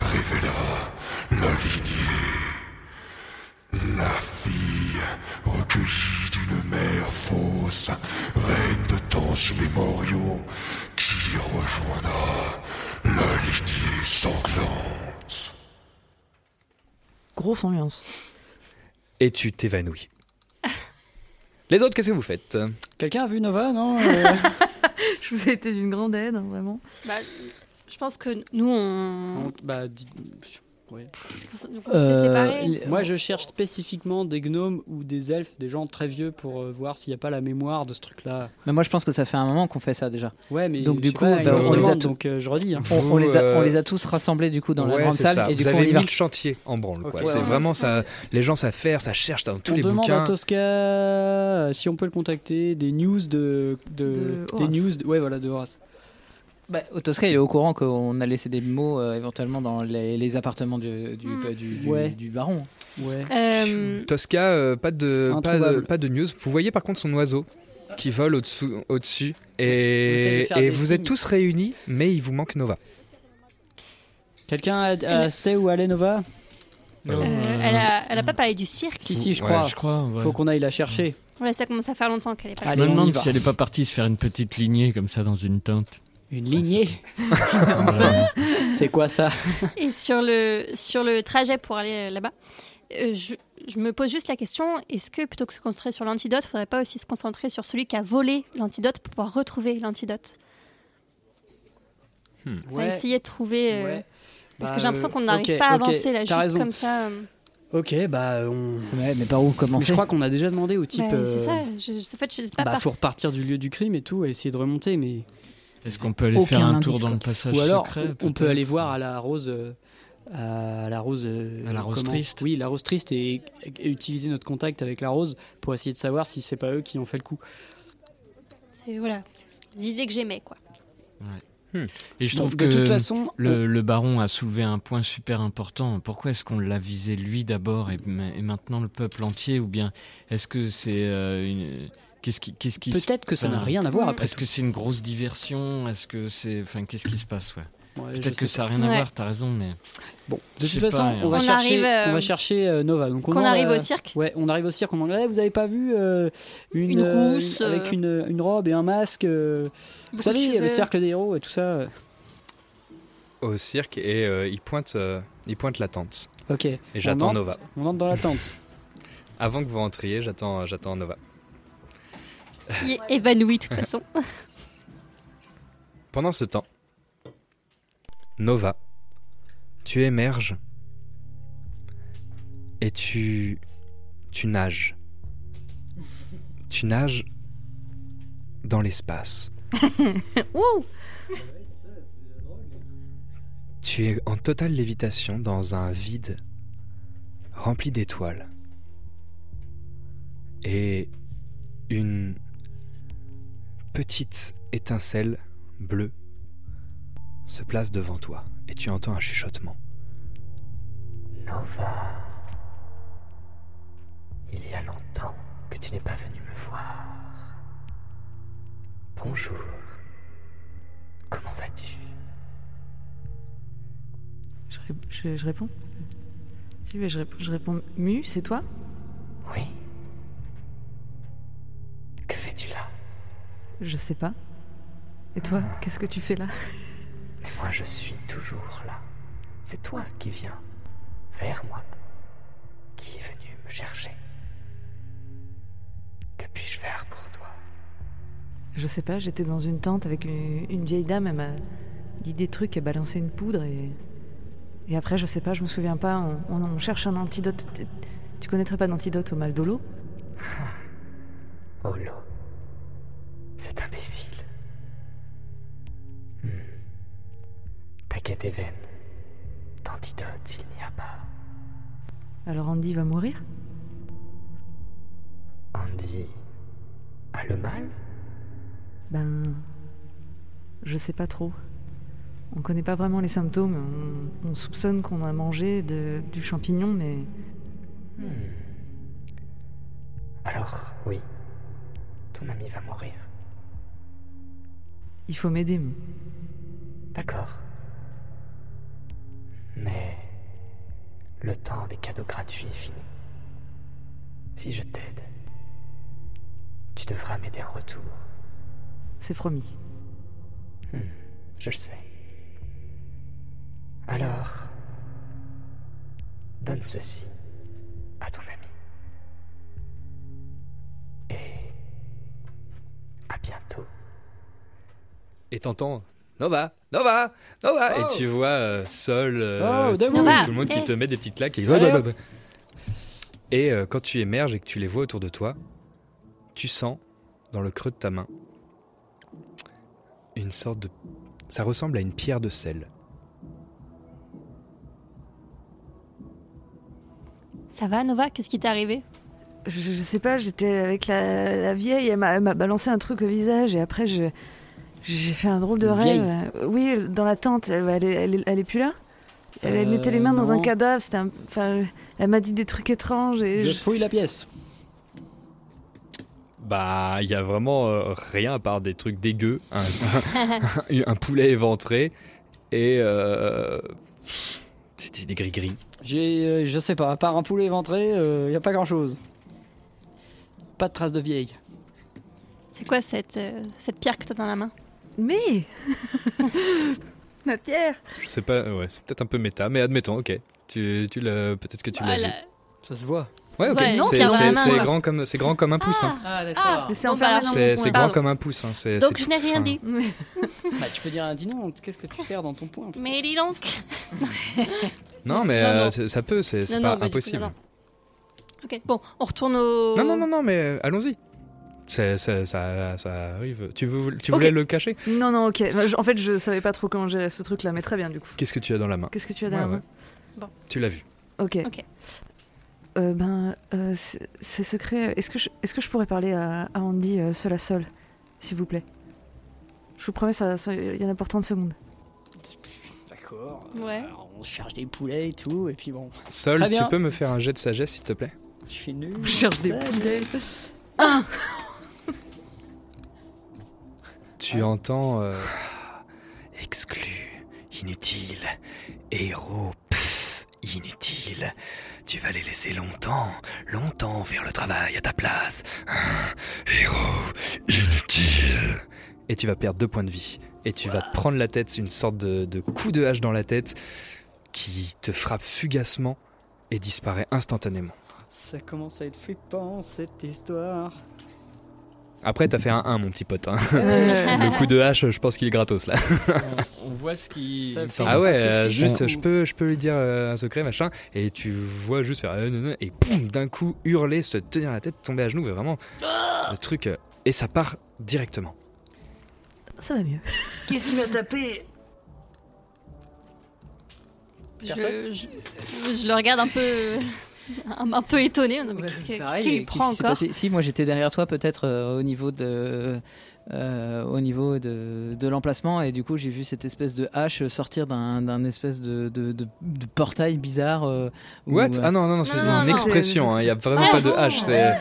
révéla la lignée. La fille recueillie d'une mère fausse, reine de temps mémoriaux, qui rejoindra la lignée sanglante. Grosse ambiance. et tu t'évanouis. Les autres, qu'est-ce que vous faites Quelqu'un a vu Nova, non euh Je vous ai été d'une grande aide, hein, vraiment. Bah, je pense que nous, on. Bah, dis- ouais. Donc, on Euh, s'était séparés. Moi, je cherche spécifiquement des gnomes ou des elfes, des gens très vieux, pour euh, voir s'il n'y a pas la mémoire de ce truc-là. Mais moi, je pense que ça fait un moment qu'on fait ça déjà. Ouais, mais donc je du sais coup, pas, bah, il y a une on les a demande, tous- donc, euh, je redis, hein. On, on les a, on Vous, les a tous rassemblés du coup dans la euh, Ouais, grande c'est salle ça. et Vous du coup, on avez y va. mille chantiers en branle. Ok. quoi. C'est Ouais, ouais. vraiment ça. Les gens, ça faire, ça cherche dans tous on les demande bouquins. à Tosca euh, si on peut le contacter des news de, de- De des Horace. news de- ouais voilà de Horace. Bah, Autosca, il est au courant qu'on a laissé des mots euh, éventuellement dans les, les appartements du, du, Mm. du- du- Ouais. du baron. Euh, Tosca, euh, pas, de, pas, de, Introuvable. pas de news. Vous voyez par contre son oiseau qui vole au-dessous. Au -dessus, allez et faire et des vous signes. êtes tous réunis, mais il vous manque Nova. Quelqu'un a- a- sait où allait Nova euh, elle, a, elle a pas parlé du cirque. Si si je crois. je crois, ouais. Faut qu'on aille la chercher. Ouais, ça commence à faire longtemps qu'elle est pas Je là. me demande si elle est pas partie se faire une petite lignée comme ça dans une teinte. Une lignée Voilà. C'est quoi ça Et sur le, sur le trajet pour aller euh, là-bas, euh, je, je me pose juste la question est-ce que plutôt que se concentrer sur l'antidote, faudrait pas aussi se concentrer sur celui qui a volé l'antidote pour pouvoir retrouver l'antidote Ah, Enfin, Essayer de trouver. euh, Ouais. Parce Bah, que j'ai l'impression euh, qu'on n'arrive ok, pas à ok, avancer là, t'as juste raison. comme ça. euh. Ok bah on. mais par où commencer Je crois qu'on a déjà demandé au type. Bah, euh, C'est ça, je, je- en fait, je sais pas Bah, par- faut repartir du lieu du crime et tout, et essayer de remonter, mais. Est-ce qu'on peut aller Aucun faire un indice, tour dans quoi. le passage Ou alors, secret, on- on peut peut-être aller voir à la rose. euh, à la rose. euh, À la rose comment- triste. Oui, la rose triste, et, et utiliser notre contact avec la rose pour essayer de savoir si c'est pas eux qui ont fait le coup. c'est- euh, Voilà, c'est des idées que j'aimais, quoi. Et je Bon, trouve Hmm. de que toute façon, le, le baron a soulevé un point super important. Pourquoi est-ce qu'on l'a visé lui d'abord et, ma- et maintenant le peuple entier Ou bien est-ce que c'est euh, une... Qu'est-ce qui, qu'est-ce qui se- Peut-être que ça n'a enfin, rien à voir, après Est-ce que c'est une grosse diversion Est-ce que c'est, enfin, qu'est-ce qui se passe ouais. Ouais, je Peut-être que sais ça n'a pas. rien à Ouais. voir, t'as raison, mais. Bon, de Je toute sais façon, pas, on, va hein. chercher, arrive, euh, on va chercher euh, Nova. Donc on qu'on demande, arrive au euh, cirque. Ouais, on arrive au cirque. On demande, Ah, vous avez pas vu euh, une, Une euh, rousse, une- avec euh, une, une robe et un masque euh, Vous beaucoup de savez, le cheveux. cercle des héros et tout ça. euh. au cirque et euh, il, pointe, euh, il pointe la tente. Ok. Et On j'attends entre- Nova. On entre dans la tente. Avant que vous rentriez, j'attends j'attends Nova. Qui est évanoui de toute façon. Pendant ce temps, Nova, tu émerges et tu tu nages. Tu nages dans l'espace. Wouh Tu es en totale lévitation dans un vide rempli d'étoiles. Et une petite étincelle bleue se place devant toi et tu entends un chuchotement. Nova, il y a longtemps que tu n'es pas venu me voir. Bonjour. Comment vas-tu je, ré- je- je réponds. Si, mais je, rép- je réponds. Mu, c'est toi Oui. Que fais-tu là Je sais pas. Et toi, qu'est-ce que tu fais là Mais moi je suis toujours là. C'est toi qui viens vers moi. Qui est venu me chercher Que puis-je faire pour toi Je sais pas, j'étais dans une tente avec une, une vieille dame, elle m'a dit des trucs, elle balançait une poudre et. Et après, je sais pas, je me souviens pas, on, on- on cherche un antidote. T- Tu connaîtrais pas d'antidote au mal de l'eau Olo. Cet imbécile. Hmm. T'inquiète tes veines. D'antidote, il n'y a pas. Alors Andy va mourir Andy a le mal Ben. Je sais pas trop. On connaît pas vraiment les symptômes, on, on soupçonne qu'on a mangé de- du champignon, mais. Hmm. Alors, oui. Ton ami va mourir. Il faut m'aider. Mu. D'accord. Mais le temps des cadeaux gratuits est fini. Si je t'aide, tu devras m'aider en retour. C'est promis. Je le sais. Alors, donne ceci à ton ami. Et à bientôt. Et t'entends Nova, Nova, Nova Et tu vois euh, Sol, euh, Oh, tout, Daoud. Nova. tout le monde qui Eh. te met des petites claques. Et, Allez, hop. Et, euh, quand tu émerges et que tu les vois autour de toi, tu sens dans le creux de ta main une sorte de... Ça ressemble à une pierre de sel. Ça va, Nova Qu'est-ce qui t'est arrivé Je, je sais pas, j'étais avec la, la vieille, elle m'a elle m'a balancé un truc au visage et après je- j'ai fait un drôle de Une rêve. vieille. Euh, Oui, dans la tente, elle, elle, est- elle est- elle est plus là elle, elle Euh, mettait les mains dans un non. cadavre, c'était un- enfin, elle m'a dit des trucs étranges et Je je- fouille la pièce. Bah, il y a vraiment euh, rien à part des trucs dégueux, un, un poulet éventré et euh, c'était des gris-gris. J'ai, euh, je sais pas, à part un poulet éventré, il y a pas grand chose. Pas de traces de vieille. C'est quoi cette, euh, cette pierre que t'as dans la main Mais Ma pierre Je sais pas, ouais, c'est peut-être un peu méta, mais admettons, ok. Tu, tu l'as, peut-être que tu l'as Voilà. vu. Ça se voit. Ouais, ok. Ouais, non, c'est c'est dans la c'est- main, c'est voilà. grand comme, c'est grand comme un pouce. hein. Ah, Ah, Mais c'est bon, enfermé bah, dans mon C'est poing. c'est grand comme un pouce. hein, c'est- Donc c'est je n'ai tout rien fin. dit. Bah, tu peux dire à Dinon, qu'est-ce que tu sers dans ton poing Mais dis donc Non, mais Non, euh, non. c'est- ça peut, c'est c'est Non, non, bah, pas du coup, impossible. non, Ok, bon, on retourne au. Non, non, non, non, mais euh, allons-y. C'est- c'est- ça, ça arrive. Tu, veux, tu voulais Ok. le cacher Non, non, ok. Je- En fait, je savais pas trop comment gérer ce truc-là, mais très bien du coup. Qu'est-ce que tu as dans la main Qu'est-ce que tu as dans la Ouais, main ouais. Tu l'as vu. Ok. Euh, ben, euh, c'est c'est secret. Est-ce que, je- est-ce que je pourrais parler à, à Andy euh, seul à seul, s'il vous plaît Je vous promets, ça, ça- il y en a pour 30 secondes. D'accord. Ouais. Alors, on cherche des poulets et tout, et puis bon. Sol, Très tu bien. peux me faire un jet de sagesse, s'il te plaît Je suis nul. Je cherche des Ça, poulets. mais- Ah. Tu entends. euh, exclu, Inutile. Héros, pff, inutile. Tu vas les laisser longtemps, longtemps faire le travail à ta place. Hein, héros, inutile. Et tu vas perdre deux points de vie. Et tu vas te prendre la tête, une sorte de, de coup de hache dans la tête qui te frappe fugacement et disparaît instantanément. Ça commence à être flippant cette histoire. Après, t'as fait un 1, mon petit pote. hein. le coup de hache, je pense qu'il est gratos là. On voit ce qui. ah ouais, euh, juste, je peux, je peux lui dire euh, un secret, machin, et tu vois juste faire euh, non, non, et poum, d'un coup, hurler, se tenir la tête, tomber à genoux, mais vraiment, le truc, euh, et ça part directement. Ça va mieux. Qu'est-ce qui m'a tapé Je, je- je le regarde un peu, euh, un, un peu étonné. en disant, Mais Qu'est-ce que- qu'est-ce qui lui prend encore Si moi j'étais derrière toi, peut-être euh, au niveau de, euh, au niveau de, de l'emplacement, et du coup j'ai vu cette espèce de hache sortir d'un d'un espèce de, de, de- de portail bizarre. euh, où, What euh, Ah non, non, non, c'est Non, non, une non, expression, hein, c'est- il n'y a vraiment Ah, pas de non. hache. C'est,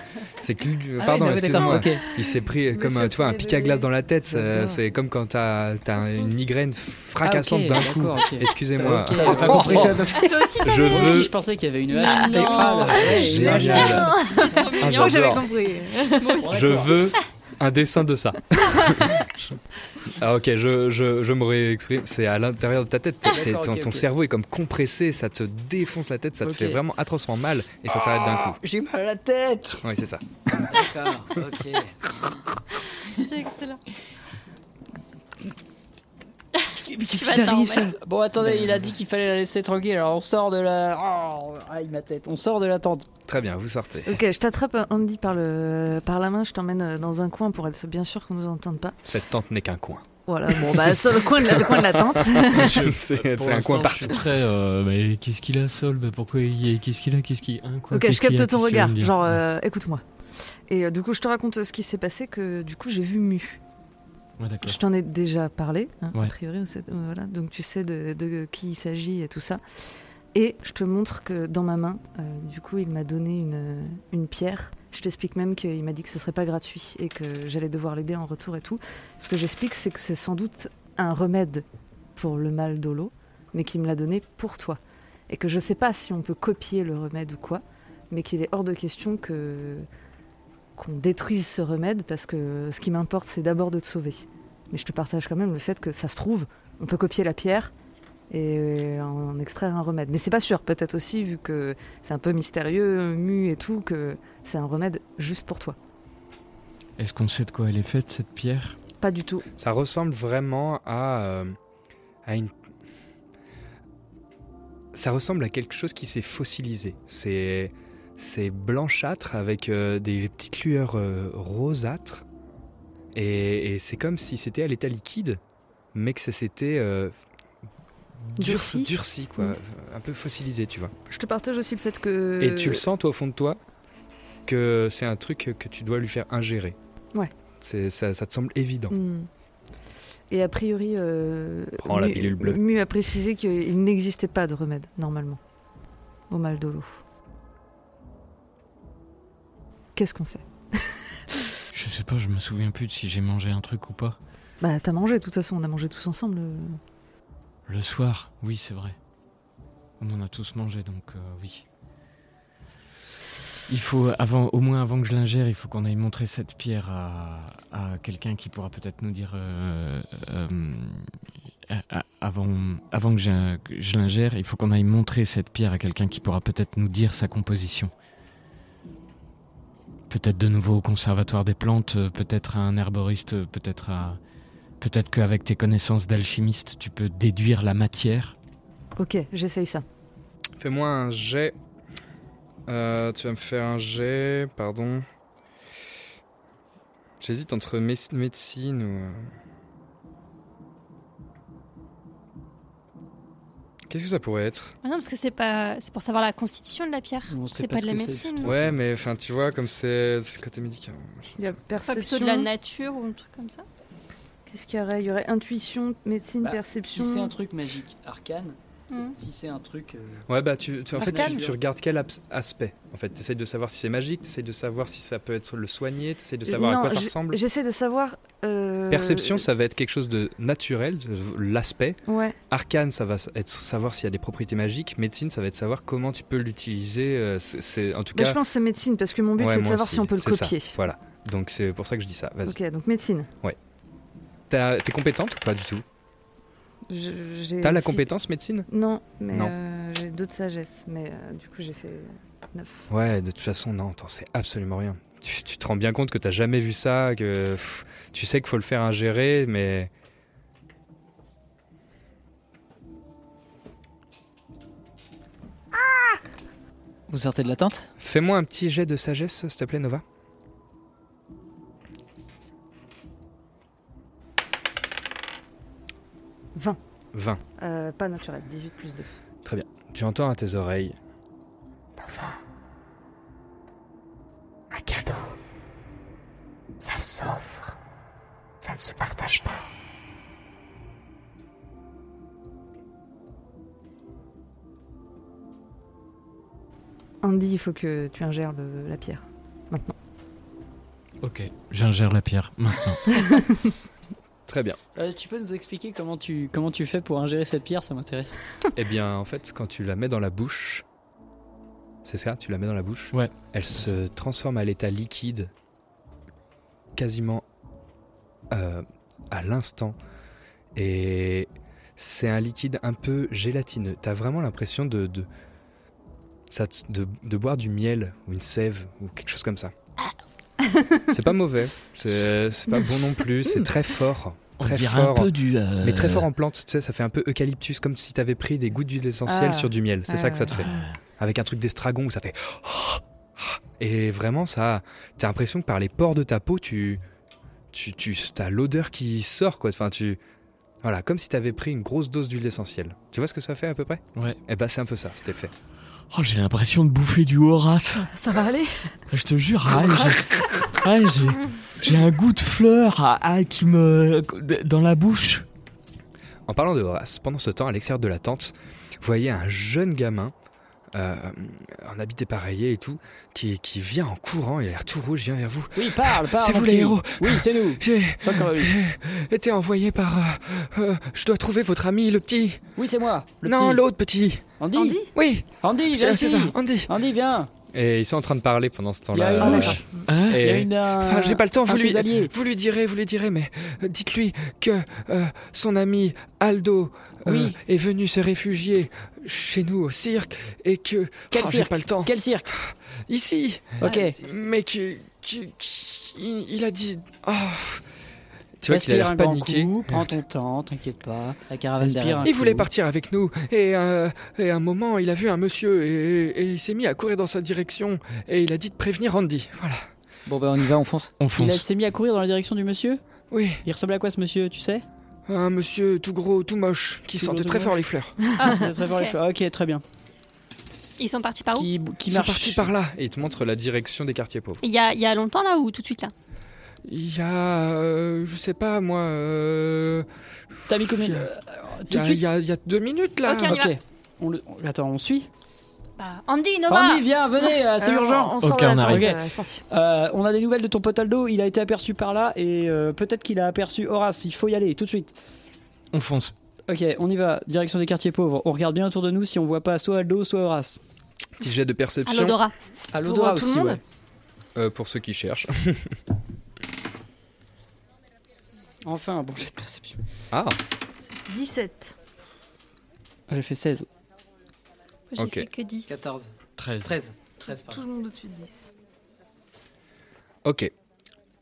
c'est que- oui, Pardon, d'accord, excuse-moi. ok. Il s'est pris euh, comme euh, tu vois, un pic à glace dans la tête. euh, c'est comme quand t'as, t'as une migraine fracassante Ah, ok, d'un coup. d'accord, ok. Excusez-moi. Ok, j'avais pas compris. Toi aussi, Ah, t'avais- je Moi veux. aussi, je pensais qu'il y avait une Non. hache spectrale. Ouais, Génial. génial. Ah, Je crois que j'avais j'adore. compris. Moi aussi. Je veux un dessin de ça. Ah, ok, je, je, je me réexprime. C'est à l'intérieur de ta tête. Ah, T'es- d'accord, ton ok, ton ok. cerveau est comme compressé, ça te défonce la tête, ça Ok. te fait vraiment atrocement mal et ça s'arrête d'un coup. J'ai mal à la tête Oui, c'est ça. D'accord, ok. C'est excellent. Mais Tu qu'est-ce vas qui t'arrive, t'en remettre. ça Bon, attendez, Euh. il a dit qu'il fallait la laisser tranquille, alors on sort de la. Oh, aïe, ma tête. On sort de la tente. Très bien, vous sortez. Ok, je t'attrape Andy par, le, par la main, je t'emmène euh, dans un coin pour être bien sûr qu'on nous entende pas. Cette tente n'est qu'un coin. Voilà, bon, bah, sur le coin de la, le coin de la tente. Je- C'est- Pour c'est un coin l'instant, partout. Je suis très. euh, mais qu'est-ce qu'il a, Sol Bah, Pourquoi il y a- Qu'est-ce qu'il a Qu'est-ce qu'il hein, quoi, ok, je qu'est-ce qu'il capte a ton Qu'est-ce qu'il veut regard, me dire genre, euh, écoute-moi. Et euh, du coup, je te raconte ce qui s'est passé, que du coup, j'ai vu Mu. Ouais, d'accord. Je t'en ai déjà parlé, hein, Ouais. a priori, on sait- euh, voilà, donc tu sais de, de qui il s'agit et tout ça. Et je te montre que dans ma main, euh, du coup, il m'a donné une, une pierre. Je t'explique même qu'il m'a dit que ce serait pas gratuit et que j'allais devoir l'aider en retour et tout. Ce que j'explique, c'est que c'est sans doute un remède pour le mal d'Olo, mais qu'il me l'a donné pour toi. Et que je sais pas si on peut copier le remède ou quoi, mais qu'il est hors de question que qu'on détruise ce remède parce que ce qui m'importe, c'est d'abord de te sauver. Mais je te partage quand même le fait que ça se trouve, on peut copier la pierre et euh, en extraire un remède. Mais c'est pas sûr, peut-être aussi, vu que c'est un peu mystérieux, mu et tout, que c'est un remède juste pour toi. Est-ce qu'on sait de quoi elle est faite, cette pierre Pas du tout. Ça ressemble vraiment à, euh, à une. Ça ressemble à quelque chose qui s'est fossilisé. C'est c'est blanchâtre avec euh, des petites lueurs euh, rosâtres. Et, et c'est comme si c'était à l'état liquide, mais que ça s'était euh, Durci. durci, quoi. Mm. Euh, Un peu fossilisé, tu vois. Je te partage aussi le fait que. Et tu le sens, toi, au fond de toi, que c'est un truc que tu dois lui faire ingérer. Ouais. C'est- Ça, ça te semble évident. Mm. Et a priori, euh, Prends la Mu- pilule bleue. Mu a précisé qu'il n'existait pas de remède, normalement, au mal de l'eau. Qu'est-ce qu'on fait Je sais pas, je me souviens plus de si j'ai mangé un truc ou pas. Bah, t'as mangé, de toute façon, on a mangé tous ensemble. euh. Le soir, oui, c'est vrai. On en a tous mangé, donc euh, oui. Il faut, avant, au moins avant que je l'ingère, il faut qu'on aille montrer cette pierre à, à quelqu'un qui pourra peut-être nous dire. euh, euh, à- à- avant, avant que je, que je l'ingère, il faut qu'on aille montrer cette pierre à quelqu'un qui pourra peut-être nous dire sa composition. Peut-être de nouveau au conservatoire des plantes, euh, peut-être à un herboriste, euh, peut-être à. Peut-être qu'avec tes connaissances d'alchimiste, tu peux déduire la matière. Ok, j'essaye ça. Fais-moi un jet. Euh, tu vas me faire un jet, pardon. J'hésite entre mé- médecine ou. euh. Qu'est-ce que ça pourrait être Ah non, parce que c'est pas, c'est pour savoir la constitution de la pierre. C'est pas, de la médecine. Ouais, mais enfin, tu vois, comme c'est c'est le côté médical. Il y a C'est pas perception. plutôt de la nature ou un truc comme ça. Qu'est-ce qu'il y aurait Il y aurait intuition, médecine, Bah, perception. si c'est un truc magique arcane, Si c'est un truc. euh, Ouais, bah tu, tu- en Ah, fait, tu, calme. tu regardes quel abs- aspect En fait, t'essayes de savoir si c'est magique, t'essayes de savoir si ça peut être le soigner, t'essayes de savoir Euh, Non, à quoi ça j'ai- ressemble. J'essaie de savoir. euh, Perception, ça va être quelque chose de naturel, de- l'aspect. Ouais. Arcane, ça va être savoir s'il y a des propriétés magiques. Médecine, ça va être savoir comment tu peux l'utiliser. euh, C'est, c'est- en tout Bah, cas. je pense que c'est médecine, parce que mon but, Ouais, c'est de moi savoir aussi, si on peut le c'est ça, copier. Voilà. Donc c'est pour ça que je dis ça. Vas-y. Ok, donc médecine. Ouais. T'as- t'es compétente ou pas du tout Je- j'ai- T'as la si- compétence médecine Non, mais Non. euh, j'ai d'autres sagesses. Mais euh, du coup, j'ai fait 9. Ouais, de toute façon, non, t'en sais absolument rien. Tu, tu te rends bien compte que t'as jamais vu ça, que pff, tu sais qu'il faut le faire ingérer, mais. Vous sortez de la tente Fais-moi un petit jet de sagesse, s'il te plaît, Nova. Vingt. 20. Euh, pas naturel, 18 plus 2. Très bien. Tu entends à tes oreilles. Un cadeau. Ça s'offre. Ça ne se partage pas. Andy, il faut que tu ingères le- la pierre. Maintenant. Ok, j'ingère la pierre maintenant. Très bien. euh, tu peux nous expliquer comment tu, comment tu fais pour ingérer cette pierre Ça m'intéresse. Eh bien, en fait, quand tu la mets dans la bouche, c'est ça, tu la mets dans la bouche. Ouais. Elle se transforme à l'état liquide, quasiment euh, à l'instant, et c'est un liquide un peu gélatineux. T'as vraiment l'impression de de, ça te- de de boire du miel ou une sève ou quelque chose comme ça. C'est pas mauvais, c'est c'est pas bon non plus, c'est très fort. Hmm. On Très dirait un fort, peu du, euh, mais très fort en plante, tu sais, ça fait un peu eucalyptus, comme si t'avais pris des gouttes d'huile essentielle Ah. sur du miel. C'est Ouais, ça que ça te ouais. fait. Avec un truc d'estragon où ça fait. Et vraiment, ça. Ah, T'as l'impression que par les pores de ta peau, tu. tu, tu t'as l'odeur qui sort, quoi. Enfin, tu. Voilà, comme si t'avais pris une grosse dose d'huile essentielle. Tu vois ce que ça fait à peu près Ouais. Et bah, c'est un peu ça, cet effet. Oh, j'ai l'impression de bouffer du Horace. Ça va aller Je te jure, ah, j'ai- ouais, j'ai j'ai un goût de fleur ah, ah, qui me dans la bouche. En parlant de Horace, pendant ce temps, à l'extérieur de la tente, vous voyez un jeune gamin, euh, en habit épareillé et tout, qui, qui vient en courant, il a l'air tout rouge, il vient vers vous. Oui, parle, parle. C'est mon vous les petit. héros. Oui, c'est nous. J'ai Sois comme lui. j'ai été envoyé par. euh, euh, je dois trouver votre ami, le petit. Oui, c'est moi. le non, petit. l'autre Oh, petit. Andy. Oui. Andy, C'est- viens c'est ici. ça, Andy. Andy, viens. Et ils sont en train de parler pendant ce Il y a temps-là. une euh, mouche. Il y a et- une, euh, Enfin, j'ai pas le temps, un vous lui, des alliés. vous lui direz, vous lui direz, mais euh, dites-lui que euh, son ami Aldo euh, Oui. est venu se réfugier chez nous au cirque et que. Quel Oh, j'ai cirque pas le temps. Ah, Quel cirque Ah, Ici. Ok. Mais que. que- que- il, il a dit. Oh. Tu vois qu'il Respire a l'air un grand paniqué. coup, prends ton temps, t'inquiète pas. La caravane Respire derrière. un Il coup. voulait partir avec nous et, euh, et à un moment il a vu un monsieur et, et il s'est mis à courir dans sa direction et il a dit de prévenir Andy. Voilà. Bon, bah, on y va, on fonce. On Il a- s'est mis à courir dans la direction du monsieur Oui, Il ressemblait à quoi ce monsieur, tu sais un monsieur tout gros, tout moche, qui Tout sentait gros, tout très fort moche. les fleurs. Ah, c'est très fort les Ok. fleurs. Ok, très bien. Ils sont partis par où Qui, qui Ils sont marche partis par là et il te montre la direction des quartiers pauvres. il y, a, il y a longtemps là ou tout de suite là Il y a, euh, je sais pas moi, euh, T'as mis combien il de... y a- euh, il y Tout de a- suite il y a- il y a deux minutes là. Ok, on y va. Ok. On le- on- Attends, on suit Bah, Andy, Nova Andy, viens, venez, euh, c'est Ah Alors, urgent On sort Ok, de la on tente, arrive. euh, c'est parti. Euh, On a des nouvelles de ton pote Aldo, il a été aperçu par là et euh, peut-être qu'il a aperçu Horace, il faut y aller tout de suite. On fonce. Ok, on y va, direction des quartiers pauvres. On regarde bien autour de nous si on voit pas soit Aldo, soit Horace. Petit jet de À perception l'odorat. À Pour, l'odorat euh, tout aussi, le monde ouais. euh, pour ceux qui cherchent. Enfin, un bon, jet de perception. Ah, 17. Ah, J'ai fait 16. J'ai Ok. fait que 10. 14, 13. 13. Tout, tout le monde au-dessus de 10. Ok.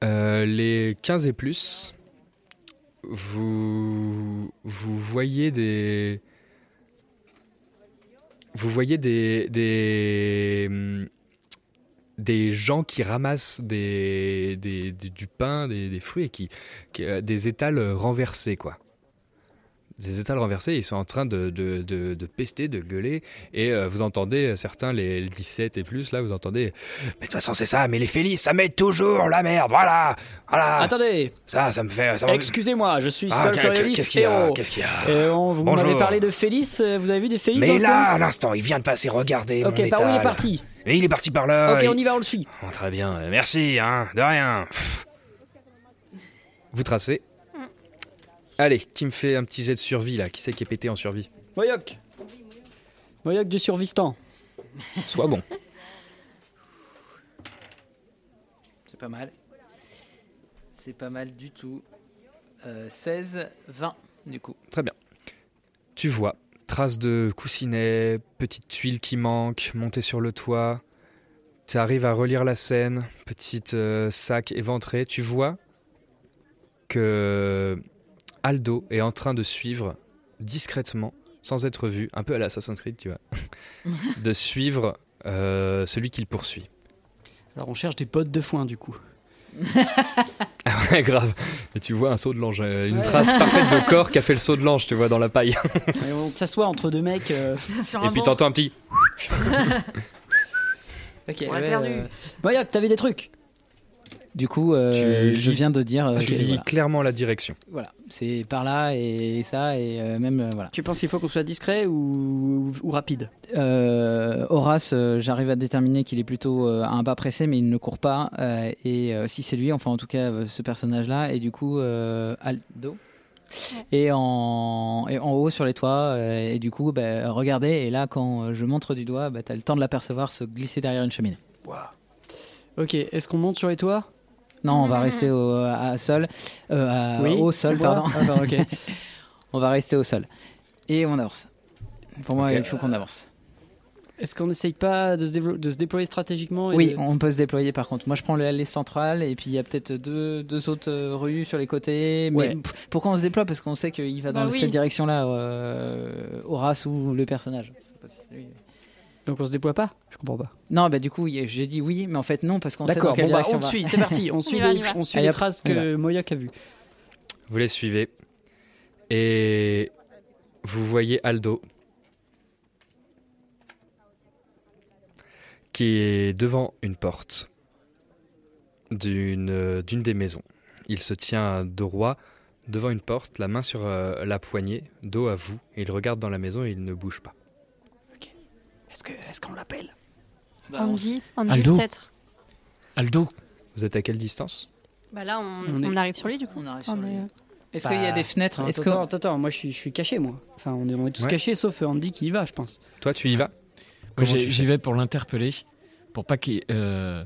Euh, les 15 et plus, vous, vous voyez des. Vous voyez des. Des, hum, des gens qui ramassent des, des- des- du pain, des, des fruits et qui. qui, euh, des étals renversés, quoi. euh, des étals renversés. Ils sont en train de, de, de- de pester, de gueuler. Et euh, vous entendez euh, certains, les 17 et plus, là, vous entendez. Mais de toute façon, c'est ça, mais les Félix, ça m'aide toujours, la merde, voilà, voilà. Attendez ah Ça, ça me fait. ça me- Excusez-moi, je suis Ah, seul qu'est- Coriolis qu'est-ce qu'il y a héros. Qu'est-ce qu'il y a Et on- vous Bonjour. m'avez parlé de Félix, euh, vous avez vu des Félix dans Mais le là, coin à l'instant, il vient de passer, regardez. Ok, mon par où il est étal. parti Et il est parti par là. Ok, il- on y va, on le suit. Oh, très bien, euh, merci, hein, de rien. Pff. Vous tracez. Allez, qui me fait un petit jet de survie là Qui c'est qui est pété en survie Moyoc Moyoc du survistant. Sois bon. C'est pas mal. C'est pas mal du tout. Euh, 16, 20 du coup. Très bien. Tu vois, traces de coussinets, petites tuiles qui manquent, montées sur le toit. Tu arrives à relire la scène, petite euh, sac éventré. Tu vois que Aldo est en train de suivre discrètement, sans être vu, un peu à l'Assassin's Creed, tu vois, de suivre euh, celui qu'il poursuit. Alors on cherche des bottes de foin du coup. Ouais, grave. Et tu vois un saut de l'ange, euh, une trace parfaite de corps qui a fait le saut de l'ange, tu vois, dans la paille. Et on s'assoit entre deux mecs. euh, Et puis t'entends un petit. Ok, On l'a ouais, perdu. euh, Moyoc, t'avais des trucs Du coup, euh, Tu je lis- viens de dire. euh, tu que- lis voilà. clairement la direction. Voilà, c'est par là et ça et euh, même euh, voilà. Tu penses qu'il faut qu'on soit discret ou, ou rapide Euh, Horace, euh, j'arrive à déterminer qu'il est plutôt euh, à un pas pressé, mais il ne court pas. euh, et euh, si c'est lui, enfin en tout cas euh, ce personnage-là, et du coup euh, Aldo. Et en, et en haut sur les toits, euh, et du coup, bah, regardez, et là quand euh, je montre du doigt, bah, t'as le temps de l'apercevoir se glisser derrière une cheminée. Ok, est-ce qu'on monte sur les toits Non, on va rester au, à sol, euh, à- Oui, au sol, c'est moi. pardon. Ah, bah, ok. on va rester au sol. Et on avance. Pour moi, Ok. il faut qu'on avance. Est-ce qu'on n'essaye pas de se, dévelop- de se déployer stratégiquement et Oui, de- on peut se déployer par contre. Moi, je prends le- l'allée centrale et puis il y a peut-être deux, deux autres euh, rues sur les côtés. Mais Ouais. p- pourquoi on se déploie Parce qu'on sait qu'il va dans Bah oui. cette direction-là, euh, Horace ou le personnage. Je sais pas si c'est lui. Donc on se déploie pas Je comprends pas. Non, bah du coup, y- j'ai dit oui, mais en fait non, parce qu'on sait dans D'accord, quelle bon, bah, direction on te va. suit, c'est parti, on suit, les, on suit Allez, les hop, traces on y va. que Moyoc a vues. Vous les suivez. Et vous voyez Aldo qui est devant une porte d'une euh, d'une des maisons. Il se tient droit devant une porte, la main sur euh, la poignée, dos à vous. Et il regarde dans la maison et il ne bouge pas. Est-ce que- est-ce qu'on l'appelle Bah, on- Andy, Andy Aldo. peut-être. Aldo Vous êtes à quelle distance Bah là, on, On est- on arrive sur lui du coup. euh, On arrive sur lui. Est-ce qu'il y Bah, a des fenêtres Bah, Attends, Est-ce que- attends, attends, attends, moi je suis, je suis caché, moi. Enfin, on est, on est tous Ouais. cachés, sauf Andy qui y va, je pense. Toi, tu y vas Moi, Comment j'ai- tu j'y fais vais pour l'interpeller, pour pas qu'il euh,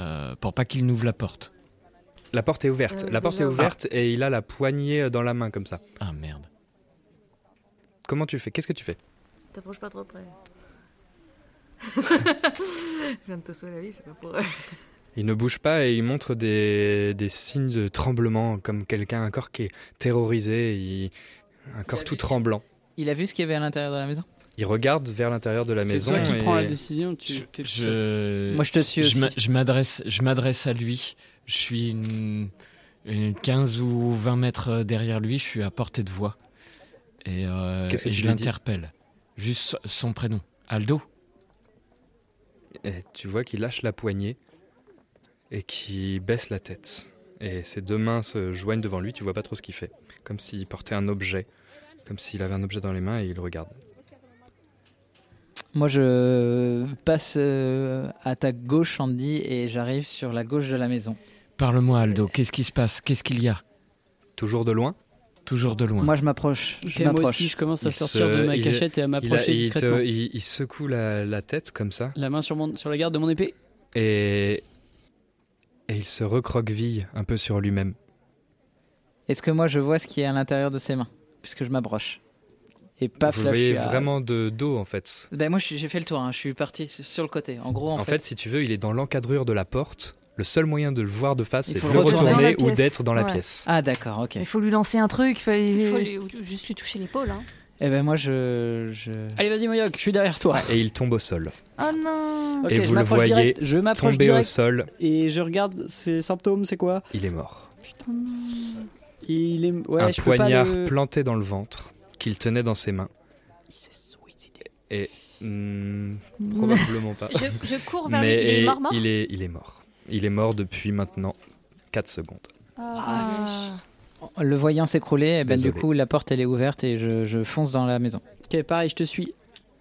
euh, pour pas qu'il n'ouvre la porte. La porte est ouverte. Euh, la porte déjà. est ouverte et il a la poignée dans la main comme ça. Ah merde. Comment tu fais Qu'est-ce que tu fais T'approches pas trop près. je viens de te sauver la vie, c'est pas pour euh. Il ne bouge pas et il montre des, des signes de tremblement, comme quelqu'un, un corps qui est terrorisé, il- un corps tout tremblant. Il a vu ce qu'il y avait à l'intérieur de la maison Il regarde vers l'intérieur de la C'est maison. toi qui et- prends la décision, tu- t'es tout seul. Je- Moi, je te suis aussi. m'a- Je m'adresse, je m'adresse à lui. Je suis une, une 15 ou 20 mètres derrière lui. Je suis à portée de voix. Et, euh, Qu'est-ce que et tu je lui dis l'interpelle. Juste so- son prénom. Aldo. et tu vois qu'il lâche la poignée et qui baisse la tête. Et ses deux mains se joignent devant lui, tu vois pas trop ce qu'il fait. Comme s'il portait un objet, comme s'il avait un objet dans les mains et il regarde. Moi, je passe euh, à ta gauche, Andy, et j'arrive sur la gauche de la maison. Parle-moi, Aldo. Qu'est-ce qui se passe Qu'est-ce qu'il y a Toujours de loin Toujours de loin. Moi, je m'approche. Ok, Je moi m'approche. aussi, je commence à Il sortir se- de ma il- cachette et à il a- m'approcher il te- discrètement. il- il secoue la, la tête comme ça. La main sur, mon, sur la garde de mon épée. et, et il se recroqueville un peu sur lui-même. Est-ce que moi, je vois ce qui est à l'intérieur de ses mains Puisque je m'approche. Et paf, Vous là, je voyez suis à- vraiment de dos en fait. Ben, moi, je suis- j'ai fait le tour. hein. Je suis parti s- sur le côté. En gros, en, En, fait, fait, si tu veux, il est dans l'encadrure de la porte. Le seul moyen de le voir de face, Il c'est de faut le le retourner. retourner Dans la ou pièce. d'être dans la Ouais. pièce. Ah, d'accord, ok. Il faut lui lancer un truc. Il faut lui- ou- juste lui toucher l'épaule. Hein. Eh ben, moi, je. Ah je- Allez, vas-y, Moyoc, je suis derrière toi. Et il tombe au sol. Oh non Ok, et je vous le m'approche voyez direct, je m'approche tomber au direct. sol. Et je regarde ses symptômes, c'est quoi Il est mort. Il est... ouais, un je peux pas poignard le- planté dans le ventre qu'il tenait dans ses mains. Et hmm, probablement pas. Je- je cours vers lui. Mais Il est mort, mort il est, il est mort. Il est mort depuis maintenant 4 secondes. Ah, Le voyant s'écrouler, eh ben, du Désolé. coup, la porte elle est ouverte et je, je fonce dans la maison. Ok, pareil, je te suis.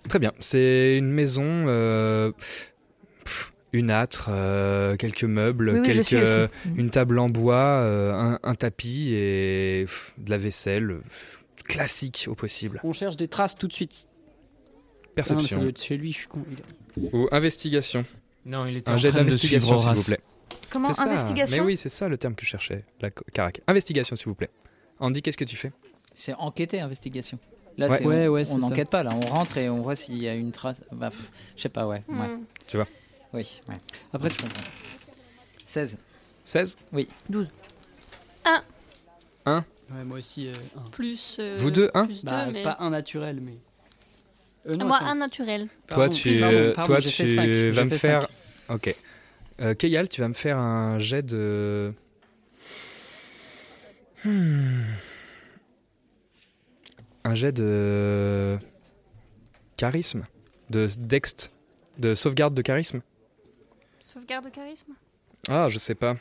Très bien. C'est une maison, euh, pff, une âtre, euh, quelques meubles, Oui, oui, je quelques- euh, suis aussi. une table en bois, euh, un, un tapis et pff, de la vaisselle pff, classique au possible. On cherche des traces tout de suite. Perception. Ah, mais ça doit être chez lui, je suis con. il est- Ou investigation. Non, il était un en jet train de d'investigation, suivre s'il vous Horace. plaît. Comment, C'est ça. investigation Mais oui, c'est ça le terme que je cherchais, la co- carac. Investigation, s'il vous plaît. Andy, qu'est-ce que tu fais C'est enquêter, investigation. Là, Ouais. c'est- Ouais, ouais, c'est on ça. n'enquête pas, là, on rentre et on voit s'il y a une trace. Bah, pff, je sais pas, ouais. ouais. Hmm. Tu vois Oui, ouais. Après, je comprends. 16. 16 Oui. 12. 1 1 Ouais, moi aussi. euh, un. plus. euh, Vous deux, un plus Bah, deux, mais- Ah, pas un naturel, mais. Euh, non, Moi, attends. un naturel. Toi, Pardon, tu, pardon, euh, pardon, toi, j'ai tu fait cinq, j'ai vas me fait faire. cinq. Ok. Euh, Keyal, tu vas me faire un jet de. Hmm. Un jet de. Charisme. De dext. De sauvegarde de charisme. Sauvegarde de charisme Ah, je sais pas.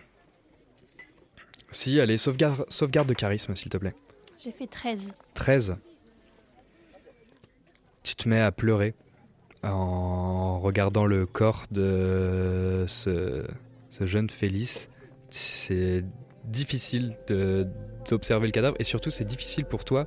Si, allez, sauvegarde, sauvegarde de charisme, s'il te plaît. J'ai fait 13. 13. Tu te mets à pleurer en regardant le corps de ce, ce jeune Félix. C'est difficile de- d'observer le cadavre et surtout c'est difficile pour toi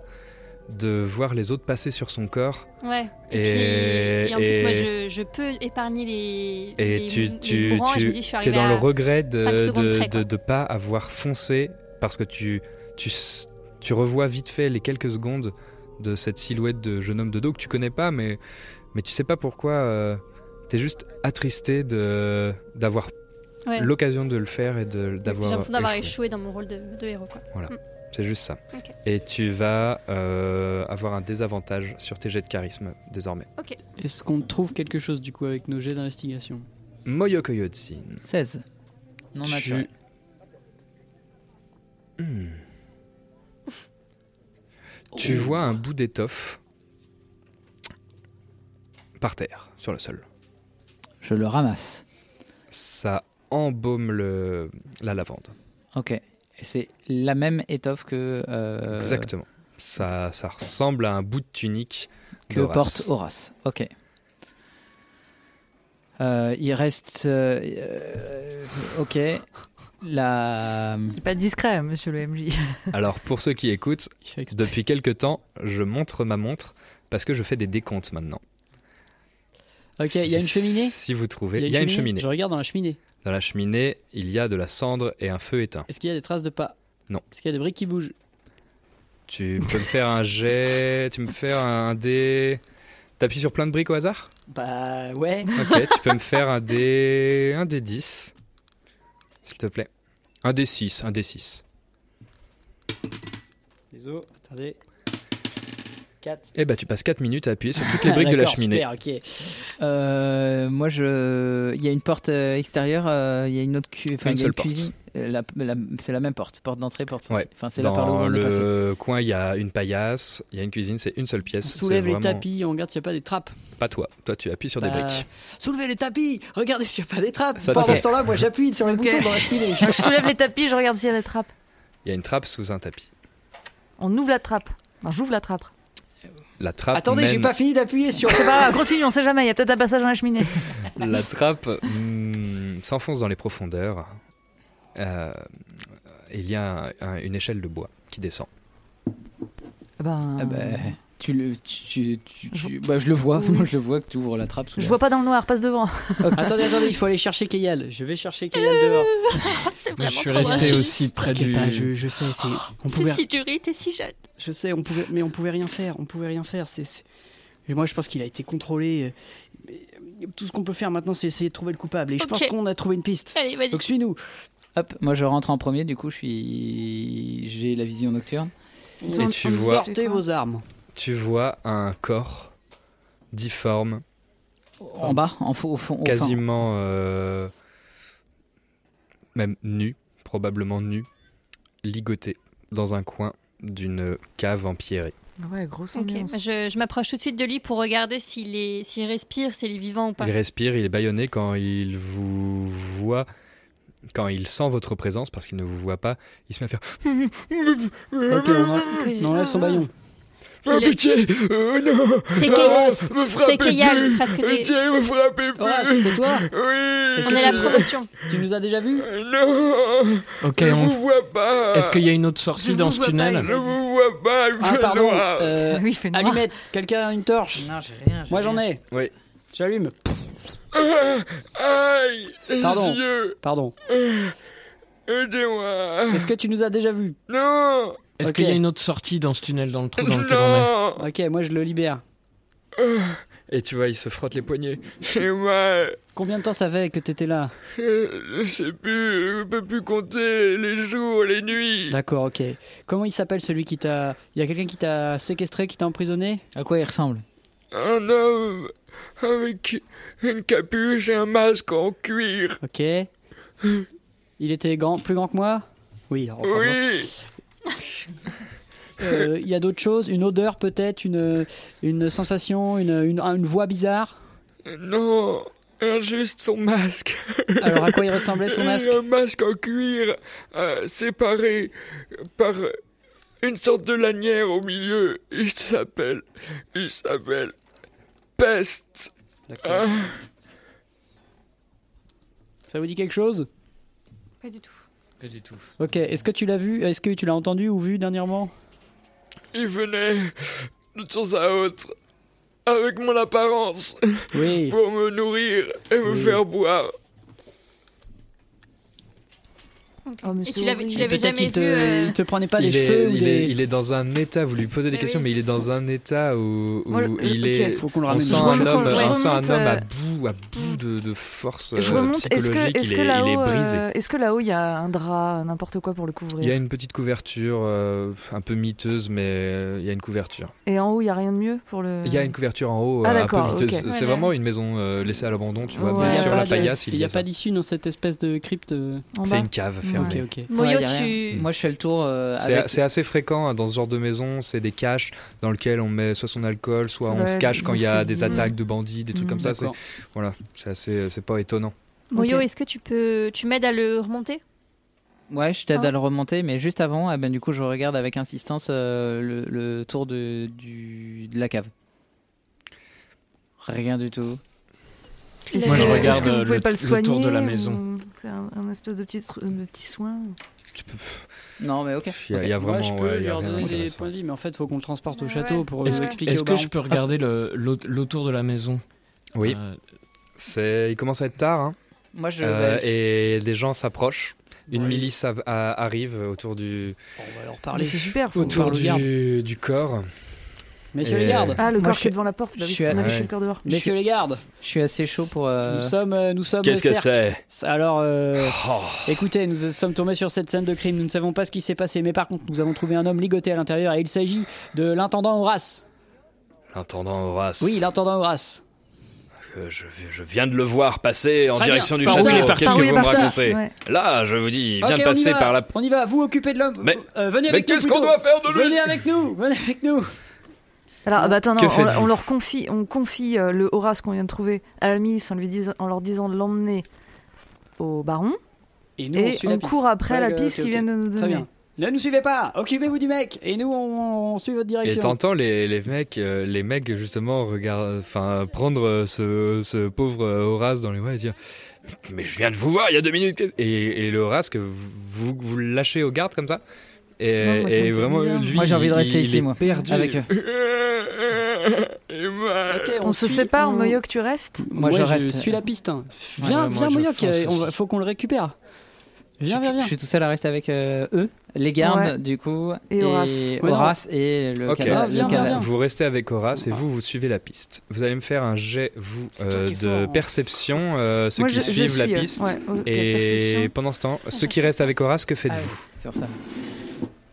de voir les autres passer sur son corps. Ouais. Et, Et- puis, et en plus, moi, je, et- je peux épargner les. Et les- tu, les tu, mourants, et je tu me dis, je suis es arrivée dans le à regret cinq de secondes de- près, quoi. de- de pas avoir foncé parce que tu, tu, s- tu revois vite fait les quelques secondes de cette silhouette de jeune homme de dos que tu connais pas, mais, mais tu sais pas pourquoi. tu es juste attristé de- d'avoir Ouais. l'occasion de le faire et de- J'ai d'avoir. l'impression d'avoir échoué. échoué dans mon rôle de, de héros, quoi. Voilà, Mm. c'est juste ça. Ok. Et tu vas euh, avoir un désavantage sur tes jets de charisme désormais. Ok. Est-ce qu'on trouve quelque chose du coup avec nos jets d'investigation Moyo Koyotsin. 16. Non Tu- naturel. Hmm. Tu Oh. vois un bout d'étoffe par terre, sur le sol. Je le ramasse. Ça embaume le, la lavande. Ok. Et C'est la même étoffe que. euh, Exactement. Ça, ça ressemble à un bout de tunique Que d'Horace. porte Horace. Ok. Euh, il reste. euh, euh, ok. La. Pas discret, monsieur le MJ. Alors pour ceux qui écoutent, depuis quelque temps, je montre ma montre parce que je fais des décomptes maintenant. Ok, il y a une cheminée Si vous trouvez, il y a une cheminée. Je regarde dans la cheminée. Dans la cheminée, il y a de la cendre et un feu éteint. Est-ce qu'il y a des traces de pas Non. Est-ce qu'il y a des briques qui bougent Tu peux me faire un jet, tu me faire un dé. T'appuies sur plein de briques au hasard Bah ouais. Ok, tu peux me faire un dé. un dé 10. S'il te plaît. Un dé 6, un dé 6. Désolé, attendez. 4. Eh bah tu passes 4 minutes à appuyer sur toutes les briques de la cheminée. ok. Euh, moi, je. Il y a une porte euh, extérieure. euh, Il y a une autre cu- enfin, Une il y a seule une cuisine. Euh, la- la- c'est la même porte. Porte d'entrée, porte. de sortie. Ouais. Enfin, c'est la par là où Dans on est passé. le coin, il y a une paillasse, il y a une cuisine, c'est une seule On pièce. soulève c'est les vraiment tapis, on regarde s'il n'y a pas des trappes. Pas toi, toi tu appuies sur des Bah, briques. Soulevez les tapis Regardez s'il n'y a pas des trappes Ça te Pendant fait. ce temps-là, moi j'appuie sur le bouton dans la cheminée. je soulève Ah. les tapis, je regarde s'il y a des trappes. Il y a une trappe sous un tapis. On ouvre la trappe. Enfin, j'ouvre la trappe. La trappe Attendez, mène... j'ai pas fini d'appuyer sur. C'est pas grave, continue, on sait jamais, il y a peut-être un passage dans la cheminée. La trappe hmm, s'enfonce dans les profondeurs. Euh, il y a un- un- une échelle de bois qui descend. Ben, Ah bah, tu le, tu, tu- tu- tu- bah, je le vois, moi je le vois que tu ouvres la trappe. sous Je la- vois pas dans le noir, passe devant. attendez, attendez, il faut aller chercher Kayal. Je vais chercher Kayal dehors. Je suis resté aussi près Bah, T'inquiète du. Ah. pas, je, je sais, c'est. On T'es pouvait. si tu ris, t'es si jeune. Je sais, on pouvait, mais on pouvait rien faire. On pouvait rien faire. C'est. c'est- Et moi, je pense qu'il a été contrôlé. Mais, euh, Tout ce qu'on peut faire maintenant, c'est essayer de trouver le coupable. Et je Ok. pense qu'on a trouvé une piste. Allez, vas-y. Donc suis-nous. Hop, moi je rentre en premier, du coup je suis, j'ai la vision nocturne. Et tu vois, Sortez vos armes. tu vois un corps difforme, En bas, en fond, au fond. au fond. quasiment euh, même nu, probablement nu, ligoté dans un coin d'une cave empierrée. Ouais, grosse Ok, ambiance. bah je, je m'approche tout de suite de lui pour regarder s'il est, s'il respire, s'il est vivant ou pas. Il respire, il est bâillonné quand il vous voit, quand il sent votre présence, parce qu'il ne vous voit pas, il se met à faire Ok, on, en- on enlève son baillon. Oh, Puis le- C'est Ah, que- c'est que Yann, parce que des- Oh, Horace, c'est toi Oui Euh, Est-ce On que est la tu- promotion. Tu nous as déjà vus Non Ok, Je on- vous vois pas Est-ce qu'il y a une autre Je sortie dans vous ce vois tunnel pas, Je vous vois pas, il Ah, fait pardon. noir. euh, Ah oui, il fait noir. Allumette, quelqu'un a une torche Non, j'ai rien. Moi j'en ai. Oui. J'allume. Ah, aïe les Pardon. yeux. Euh, Pardon. Aidez-moi Est-ce que tu nous as déjà vus Non Est-ce Ok. qu'il y a une autre sortie dans ce tunnel, dans le trou dans lequel on est Non Ok, moi je le libère. Et tu vois, il se frotte les poignets. J'ai mal Combien de temps ça fait que t'étais là Euh, Je sais plus, je peux plus compter les jours, les nuits D'accord, ok. Comment il s'appelle celui qui t'a. Il y a quelqu'un qui t'a séquestré, qui t'a emprisonné À quoi il ressemble Un homme avec une capuche et un masque en cuir. Ok. Il était grand, plus grand que moi Oui, alors, enfin, Oui Euh, Il y a d'autres choses Une odeur peut-être Une, une sensation une, une, une voix bizarre Non euh, Juste son masque. Alors à quoi il ressemblait son masque Un masque en cuir euh, séparé par une sorte de lanière au milieu. Il s'appelle. Il s'appelle. Peste. Ah. Ça vous dit quelque chose Pas du tout. Pas du tout. Ok, est-ce que tu l'as vu Est-ce que tu l'as entendu ou vu dernièrement Il venait de temps à autre avec mon apparence Oui. pour me nourrir et me Oui. faire boire. Oh, mais Et c'est tu l'avais, tu horrible. l'avais Peut-être jamais qu'il te, vu. euh, il te prenait pas des il, est, cheveux ou il, des... est, il est dans un état, vous lui posez des Mais questions, oui. mais il est dans un état où, où Eh Moi, je- il ok. est. Faut qu'on le on ramène. sent Je un remonte, homme, euh, je on sent un remonte, homme à euh, bout, à bout de, de force Je euh, remonte. Est-ce que, psychologique, est-ce il, que est, il est là-haut, brisé. euh, est-ce que là-haut, il y a un drap, n'importe quoi pour le couvrir Il y a une petite couverture, euh, un peu miteuse, mais euh, il y a une couverture. Et en haut, il y a rien de mieux pour le. Il y a une couverture en haut, Ah, euh, un peu d'accord, miteuse. ok. C'est Voilà. vraiment une maison euh, laissée à l'abandon, tu vois, Ouais. mais Il y a sur pas la de- paillasse, il Il y n'y a a ça. pas d'issue dans cette espèce de crypte. euh, En C'est bas. Mmh. une cave Ouais. fermée. Mmh. Ok, ok. Moyo, Ouais, y a tu. Moi, je fais le tour euh, C'est avec. c'est assez fréquent hein, dans ce genre de maison, c'est des caches dans lesquelles on met soit son alcool, soit Ça on doit se être cache quand il y glissé. a des attaques de bandits, des trucs Mm, comme ça. C'est D'accord. voilà, c'est assez, euh, oh, c'est pas étonnant. Moyo, Ok. est-ce que tu peux, tu m'aides à le remonter Ouais, je t'aide Ah. à le remonter, mais juste avant, eh ben, du coup, je regarde avec insistance euh, le, le tour de, du, de la cave. Rien du tout. Est-ce Moi, que- je regarde, Est-ce que vous euh, pouvez le- pas le le tour soigner de la maison. ou faire un, un espèce de petit, tr- de petit soin. Tu peux- Non, mais ok. Il y a- il y a Moi, je vraiment peux ouais, il lui y a rien redonner des d'intéressant. points de vie, mais en fait, faut qu'on le transporte au Ouais, château ouais. pour Est-ce euh, que- expliquer Est-ce au que baron. je peux regarder le- l'aut- l'autour de la maison Oui, Euh, c'est, il commence à être tard. hein. Moi, je. Euh, bah, et des gens s'approchent. Une Ouais. milice av- a- arrive autour du On va leur Mais parler. c'est super. faut- autour parle au du, du corps. Messieurs Et- les gardes Ah, le Moi, corps je qui suis- est devant la porte. Bah je oui, suis à- on a ouais. laissé le corps dehors. Messieurs les gardes Je suis assez chaud pour. euh, Nous sommes, euh, nous sommes. Qu'est-ce que certes- c'est Alors, euh, Oh. écoutez, nous sommes tombés sur cette scène de crime. Nous ne savons pas ce qui s'est passé, mais par contre, nous avons trouvé un homme ligoté à l'intérieur et il s'agit de l'intendant Horace. L'intendant Horace. Oui, l'intendant Horace. Euh, je, je viens de le voir passer en Très bien. direction du Par où il est château. parti Qu'est-ce Par que où vous il est me parti racontez Ouais. Là, je vous dis, il vient Ok, de on y passer va. par la. On y va. Vous occupez de l'homme. Mais- Euh, venez Mais avec nous. qu'est-ce qu'on plutôt. doit faire de lui Venez avec nous. Venez avec nous. Alors, bah, attends, non, Que on, faites-vous on leur confie, on confie euh, le Horace qu'on vient de trouver à la milice en, lui disant, en leur disant de l'emmener au baron. Et nous, et on, suit on la piste. court après Ouais, la ok, piste qu'ils ok. viennent de nous Très donner. bien. Ne nous suivez pas. Occupez-vous du mec. Et nous, on, on suit votre Et direction. t'entends les, les mecs, euh, les mecs justement regard- enfin prendre euh, ce, ce pauvre euh, Horace dans les mains et dire mais je viens de vous voir il y a deux minutes et, et le Horace que vous, vous- vous le lâchez au garde comme ça et, Non, moi, ça me et fait vraiment bizarre. lui moi, j'ai envie de il- rester il ici, est moi. perdu. Avec eux. Et mal. Ok, On, se suit- sépare, on- Moyo, que tu restes. Moi, Ouais, je reste. suis la piste. hein. Ouais, Viens, ouais, moi, viens, je Moyoc, fonce euh, on va- aussi. faut qu'on le récupère. Viens, viens, Je- je- viens. Je suis tout seul à rester avec euh, eux, les gardes, Ouais. du coup. Et Horace. Ouais, non. Horace et le Ok. cadavre- Ah, viens, le viens, cadavre. viens. vous restez avec Horace et vous vous suivez la piste vous allez me faire un jet vous C'est toi euh, qui es de fort, hein. perception euh, ceux Moi, qui je, je suivent la suis, euh, piste ouais, ok, et perception. pendant ce temps ceux qui restent avec Horace que Ah, faites-vous sur ça.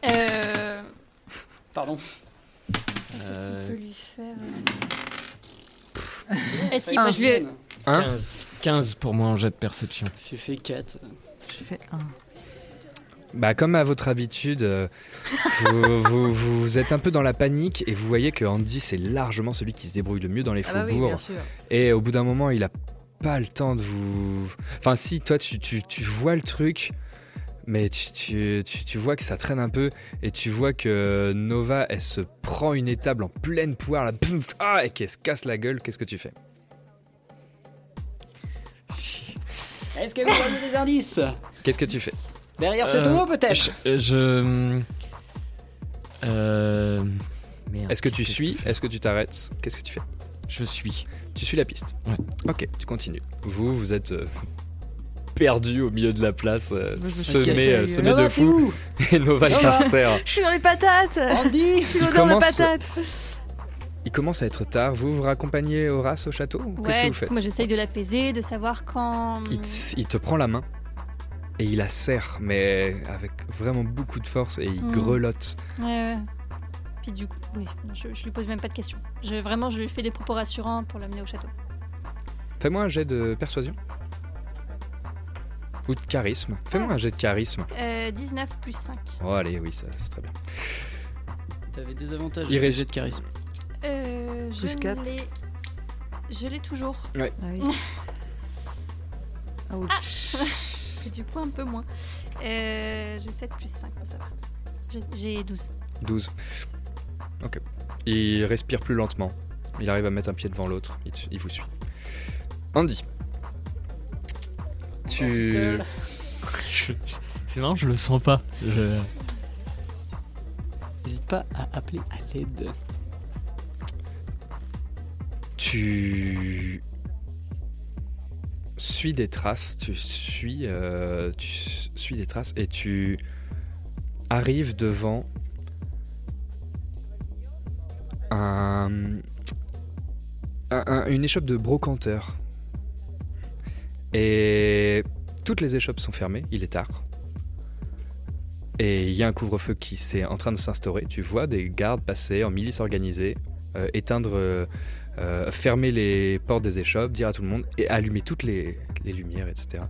Euh, Pardon. On euh, peut lui faire. euh, Eh si, moi je lui. Hein 15, 15 pour moi en jet de perception. J'ai fait 4. Je fais un. Bah, comme à votre habitude, euh, vous, vous- vous êtes un peu dans la panique et vous voyez que Andy, c'est largement celui qui se débrouille le mieux dans les Ah bah oui, faubourgs. bien sûr. et au bout d'un moment, il a pas le temps de vous. Enfin, si, toi, tu, tu- tu vois le truc, mais tu, tu- tu- tu vois que ça traîne un peu et tu vois que Nova, elle se prend une étable en pleine poire, là, pouf, ah, et qu'elle se casse la gueule. Qu'est-ce que tu fais Est-ce que vous voyez des indices Qu'est-ce que tu fais Derrière ce Euh, tonneau, peut-être Je. je- euh, merde. Est-ce que tu suis Est-ce que tu t'arrêtes Qu'est-ce que tu fais Je suis. Tu suis la piste Ouais. Ok, tu continues. Vous, vous êtes euh, perdu au milieu de la place, euh, Je me suis cassé semé, la euh, gueule. semé Nova, de t'es fous. Et Nova est par terre. Je suis dans les patates Andy Je suis Il l'odeur de commence- Oh, patates Il commence à être tard. Vous vous raccompagnez Horace au château ou Qu'est-ce que Ouais, vous faites moi j'essaye de l'apaiser, de savoir quand. il, te- il te prend la main et il la serre, mais avec vraiment beaucoup de force et il Mm. grelotte. Ouais, ouais. Puis du coup, oui, non, je, je lui pose même pas de questions. Je, vraiment, je lui fais des propos rassurants pour l'amener au château. Fais-moi un jet de persuasion. Ou de charisme. Fais-moi un jet de charisme. Euh, 19 plus 5. Oh, allez, oui, ça, c'est très bien. T'avais des avantages. Il reste- de charisme. Euh, je Plus quatre. l'ai. Je l'ai toujours. Ouais. Ah oui. Oh. Ah oui. Ah Puis du coup, un peu moins. Euh, j'ai 7 plus 5, ça va. J'ai- J'ai 12. 12. Ok. Il respire plus lentement. Il arrive à mettre un pied devant l'autre. Il, te- il vous suit. Andy. Tu. Je- C'est marrant, je le sens pas. Je- N'hésite pas à appeler à l'aide. Tu. Suis des traces. Tu suis. euh, tu suis des traces et tu. Arrives devant. Un. un- un- une échoppe de brocanteur. Et toutes les échoppes sont fermées, il est tard. Et il y a un couvre-feu qui s'est en train de s'instaurer. Tu vois des gardes passer en milice organisée, euh, éteindre, euh, euh, fermer les portes des échoppes, dire à tout le monde et allumer toutes les, les lumières, etc.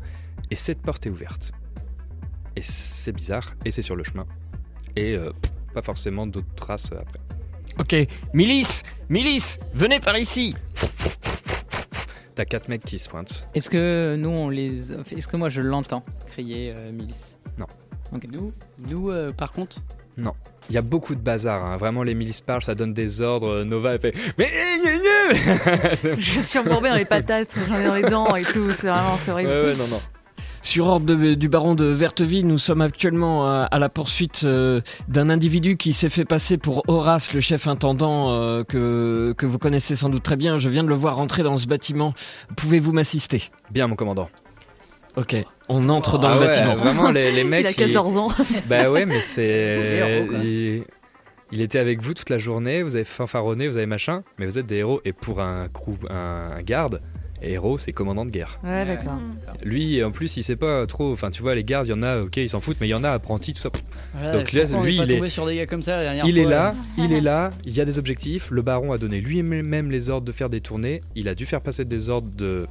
Et cette porte est ouverte. Et c'est bizarre, et c'est sur le chemin. Et euh, pff, pas forcément d'autres traces après. Ok, milice Milice Venez par ici T'as quatre mecs qui se pointent. Est-ce que nous, on les. Est-ce que moi, je l'entends crier euh, milice Non. Ok. Nous, nous euh, par contre, Non. Il y a beaucoup de bazar, hein. vraiment les milices parlent, ça donne des ordres. Nova elle fait Mais Je suis embourbée dans les patates, j'en ai dans les dents et tout, c'est vraiment, c'est horrible. non, non. Sur ordre de- du baron de Verteville, nous sommes actuellement à, à la poursuite euh, d'un individu qui s'est fait passer pour Horace, le chef intendant euh, que, que vous connaissez sans doute très bien. Je viens de le voir rentrer dans ce bâtiment. Pouvez-vous m'assister Bien, mon commandant. Ok, on entre dans Ah le ouais, bâtiment. Vraiment, les, les mecs. Il a 14 ils- ans. Bah ouais, mais Des c'est. héros, quoi. il... il était avec vous toute la journée, vous avez fanfaronné, vous avez machin, mais vous êtes des héros. Et pour un, crew, un un garde, héros, c'est commandant de guerre. Ouais, d'accord. Lui, en plus, il sait pas trop. Enfin, tu vois, les gardes, il y en a, ok, ils s'en foutent, mais il y en a apprentis, tout ça. pff. Donc là, pourquoi on lui, pas il est. tombé sur des gars comme ça la dernière Il fois euh. est là, il est là, il y a des objectifs. Le baron a donné lui-même les ordres de faire des tournées. Il a dû faire passer des ordres de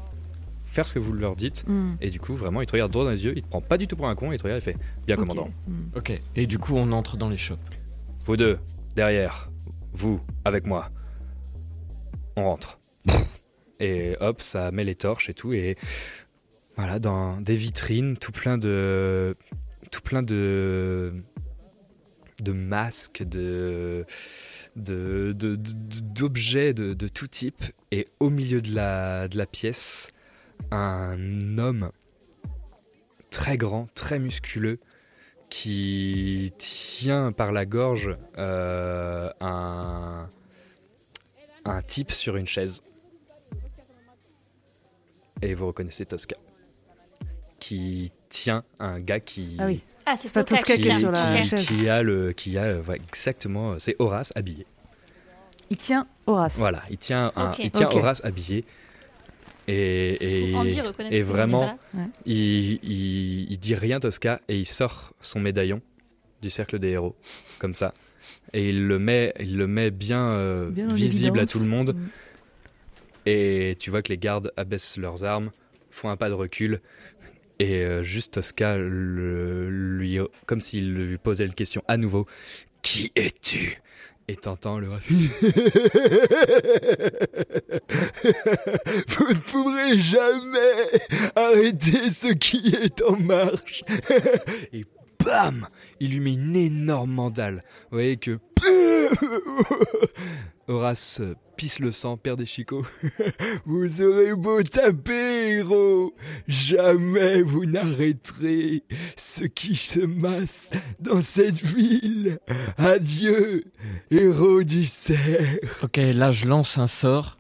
faire ce que vous leur dites. Mm. Et du coup, vraiment, il te regarde droit dans les yeux. Il te prend pas du tout pour un con. Il te regarde et fait Bien, commandant. Ok, et du coup, on entre dans les shops. Vous deux, derrière. Vous, avec moi. On rentre. Et hop, ça met les torches et tout. Et voilà, dans des vitrines, tout plein de. Tout plein de. De masques, de. de- de- de- d'objets de, de tout type. Et au milieu de la, de la pièce, un homme très grand, très musculeux, qui tient par la gorge euh, un, un type sur une chaise. Et vous reconnaissez Tosca, qui tient un gars qui... Ah oui. Ah, c'est pas Toka Tosca qui est l'a. sur la qui, chaise. qui a le qui a ouais, exactement euh, c'est Horace habillé Il tient Horace. voilà il tient un- Ok. il tient Ok. Horace habillé et, et, Andy reconnaît et parce qu'il est vraiment là. Ouais. il, il- il dit rien Tosca et il sort son médaillon du cercle des héros comme ça et il le met il le met bien, euh, Bien en visible à évidence. tout le monde Mm. et tu vois que les gardes abaissent leurs armes font un pas de recul Et euh, juste Tosca, le- lui, comme s'il lui posait une question à nouveau Qui es-tu Et t'entends le. Vous ne pourrez jamais arrêter ce qui est en marche. Et bam Il lui met une énorme mandale. Vous voyez que. Horace euh, pisse le sang, perd des chicots. Vous aurez beau taper, héros, jamais vous n'arrêterez ce qui se masse dans cette ville. Adieu, héros du cerf. Ok, là je lance un sort.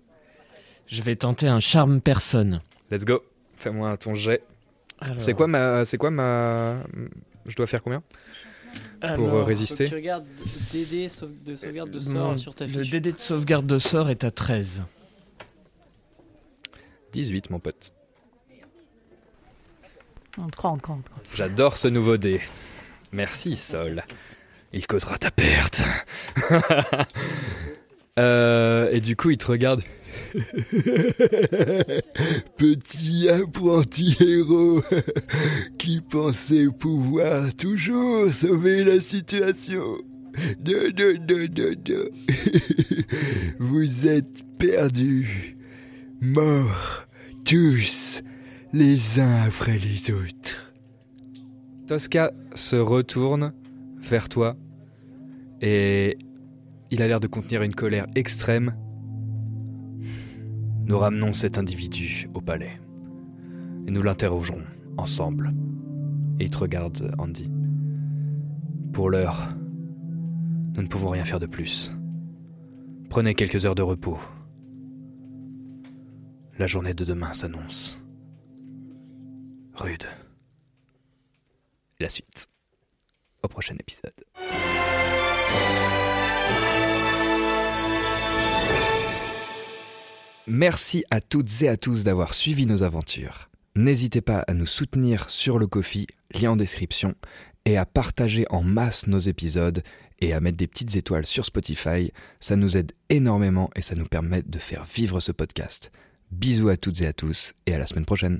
Je vais tenter un charme personne. Let's go. Fais-moi ton jet. Alors. C'est quoi ma. C'est quoi ma. Je dois faire combien Pour euh, Alors, résister Euh, faut que tu regardes DD sauve- de sauvegarde de sort Non, sur ta le fiche. DD de sauvegarde de sort est à 13. 18, mon pote. On te croit, on te croit, on te croit. J'adore ce nouveau dé. Merci, Sol. Il causera ta perte. Euh, et du coup, il te regarde. Petit apprenti héros qui pensait pouvoir toujours sauver la situation. Non, non, non, non, non. Vous êtes perdus, morts, tous, les uns après les autres. Tosca se retourne vers toi et il a l'air de contenir une colère extrême. Nous ramenons cet individu au palais et nous l'interrogerons ensemble. Et il te regarde, Andy. Pour l'heure, nous ne pouvons rien faire de plus. Prenez quelques heures de repos. La journée de demain s'annonce. Rude. La suite. Au prochain épisode. Merci à toutes et à tous d'avoir suivi nos aventures. N'hésitez pas à nous soutenir sur le Kofi, lien en description, et à partager en masse nos épisodes et à mettre des petites étoiles sur Spotify. Ça nous aide énormément et ça nous permet de faire vivre ce podcast. Bisous à toutes et à tous et à la semaine prochaine.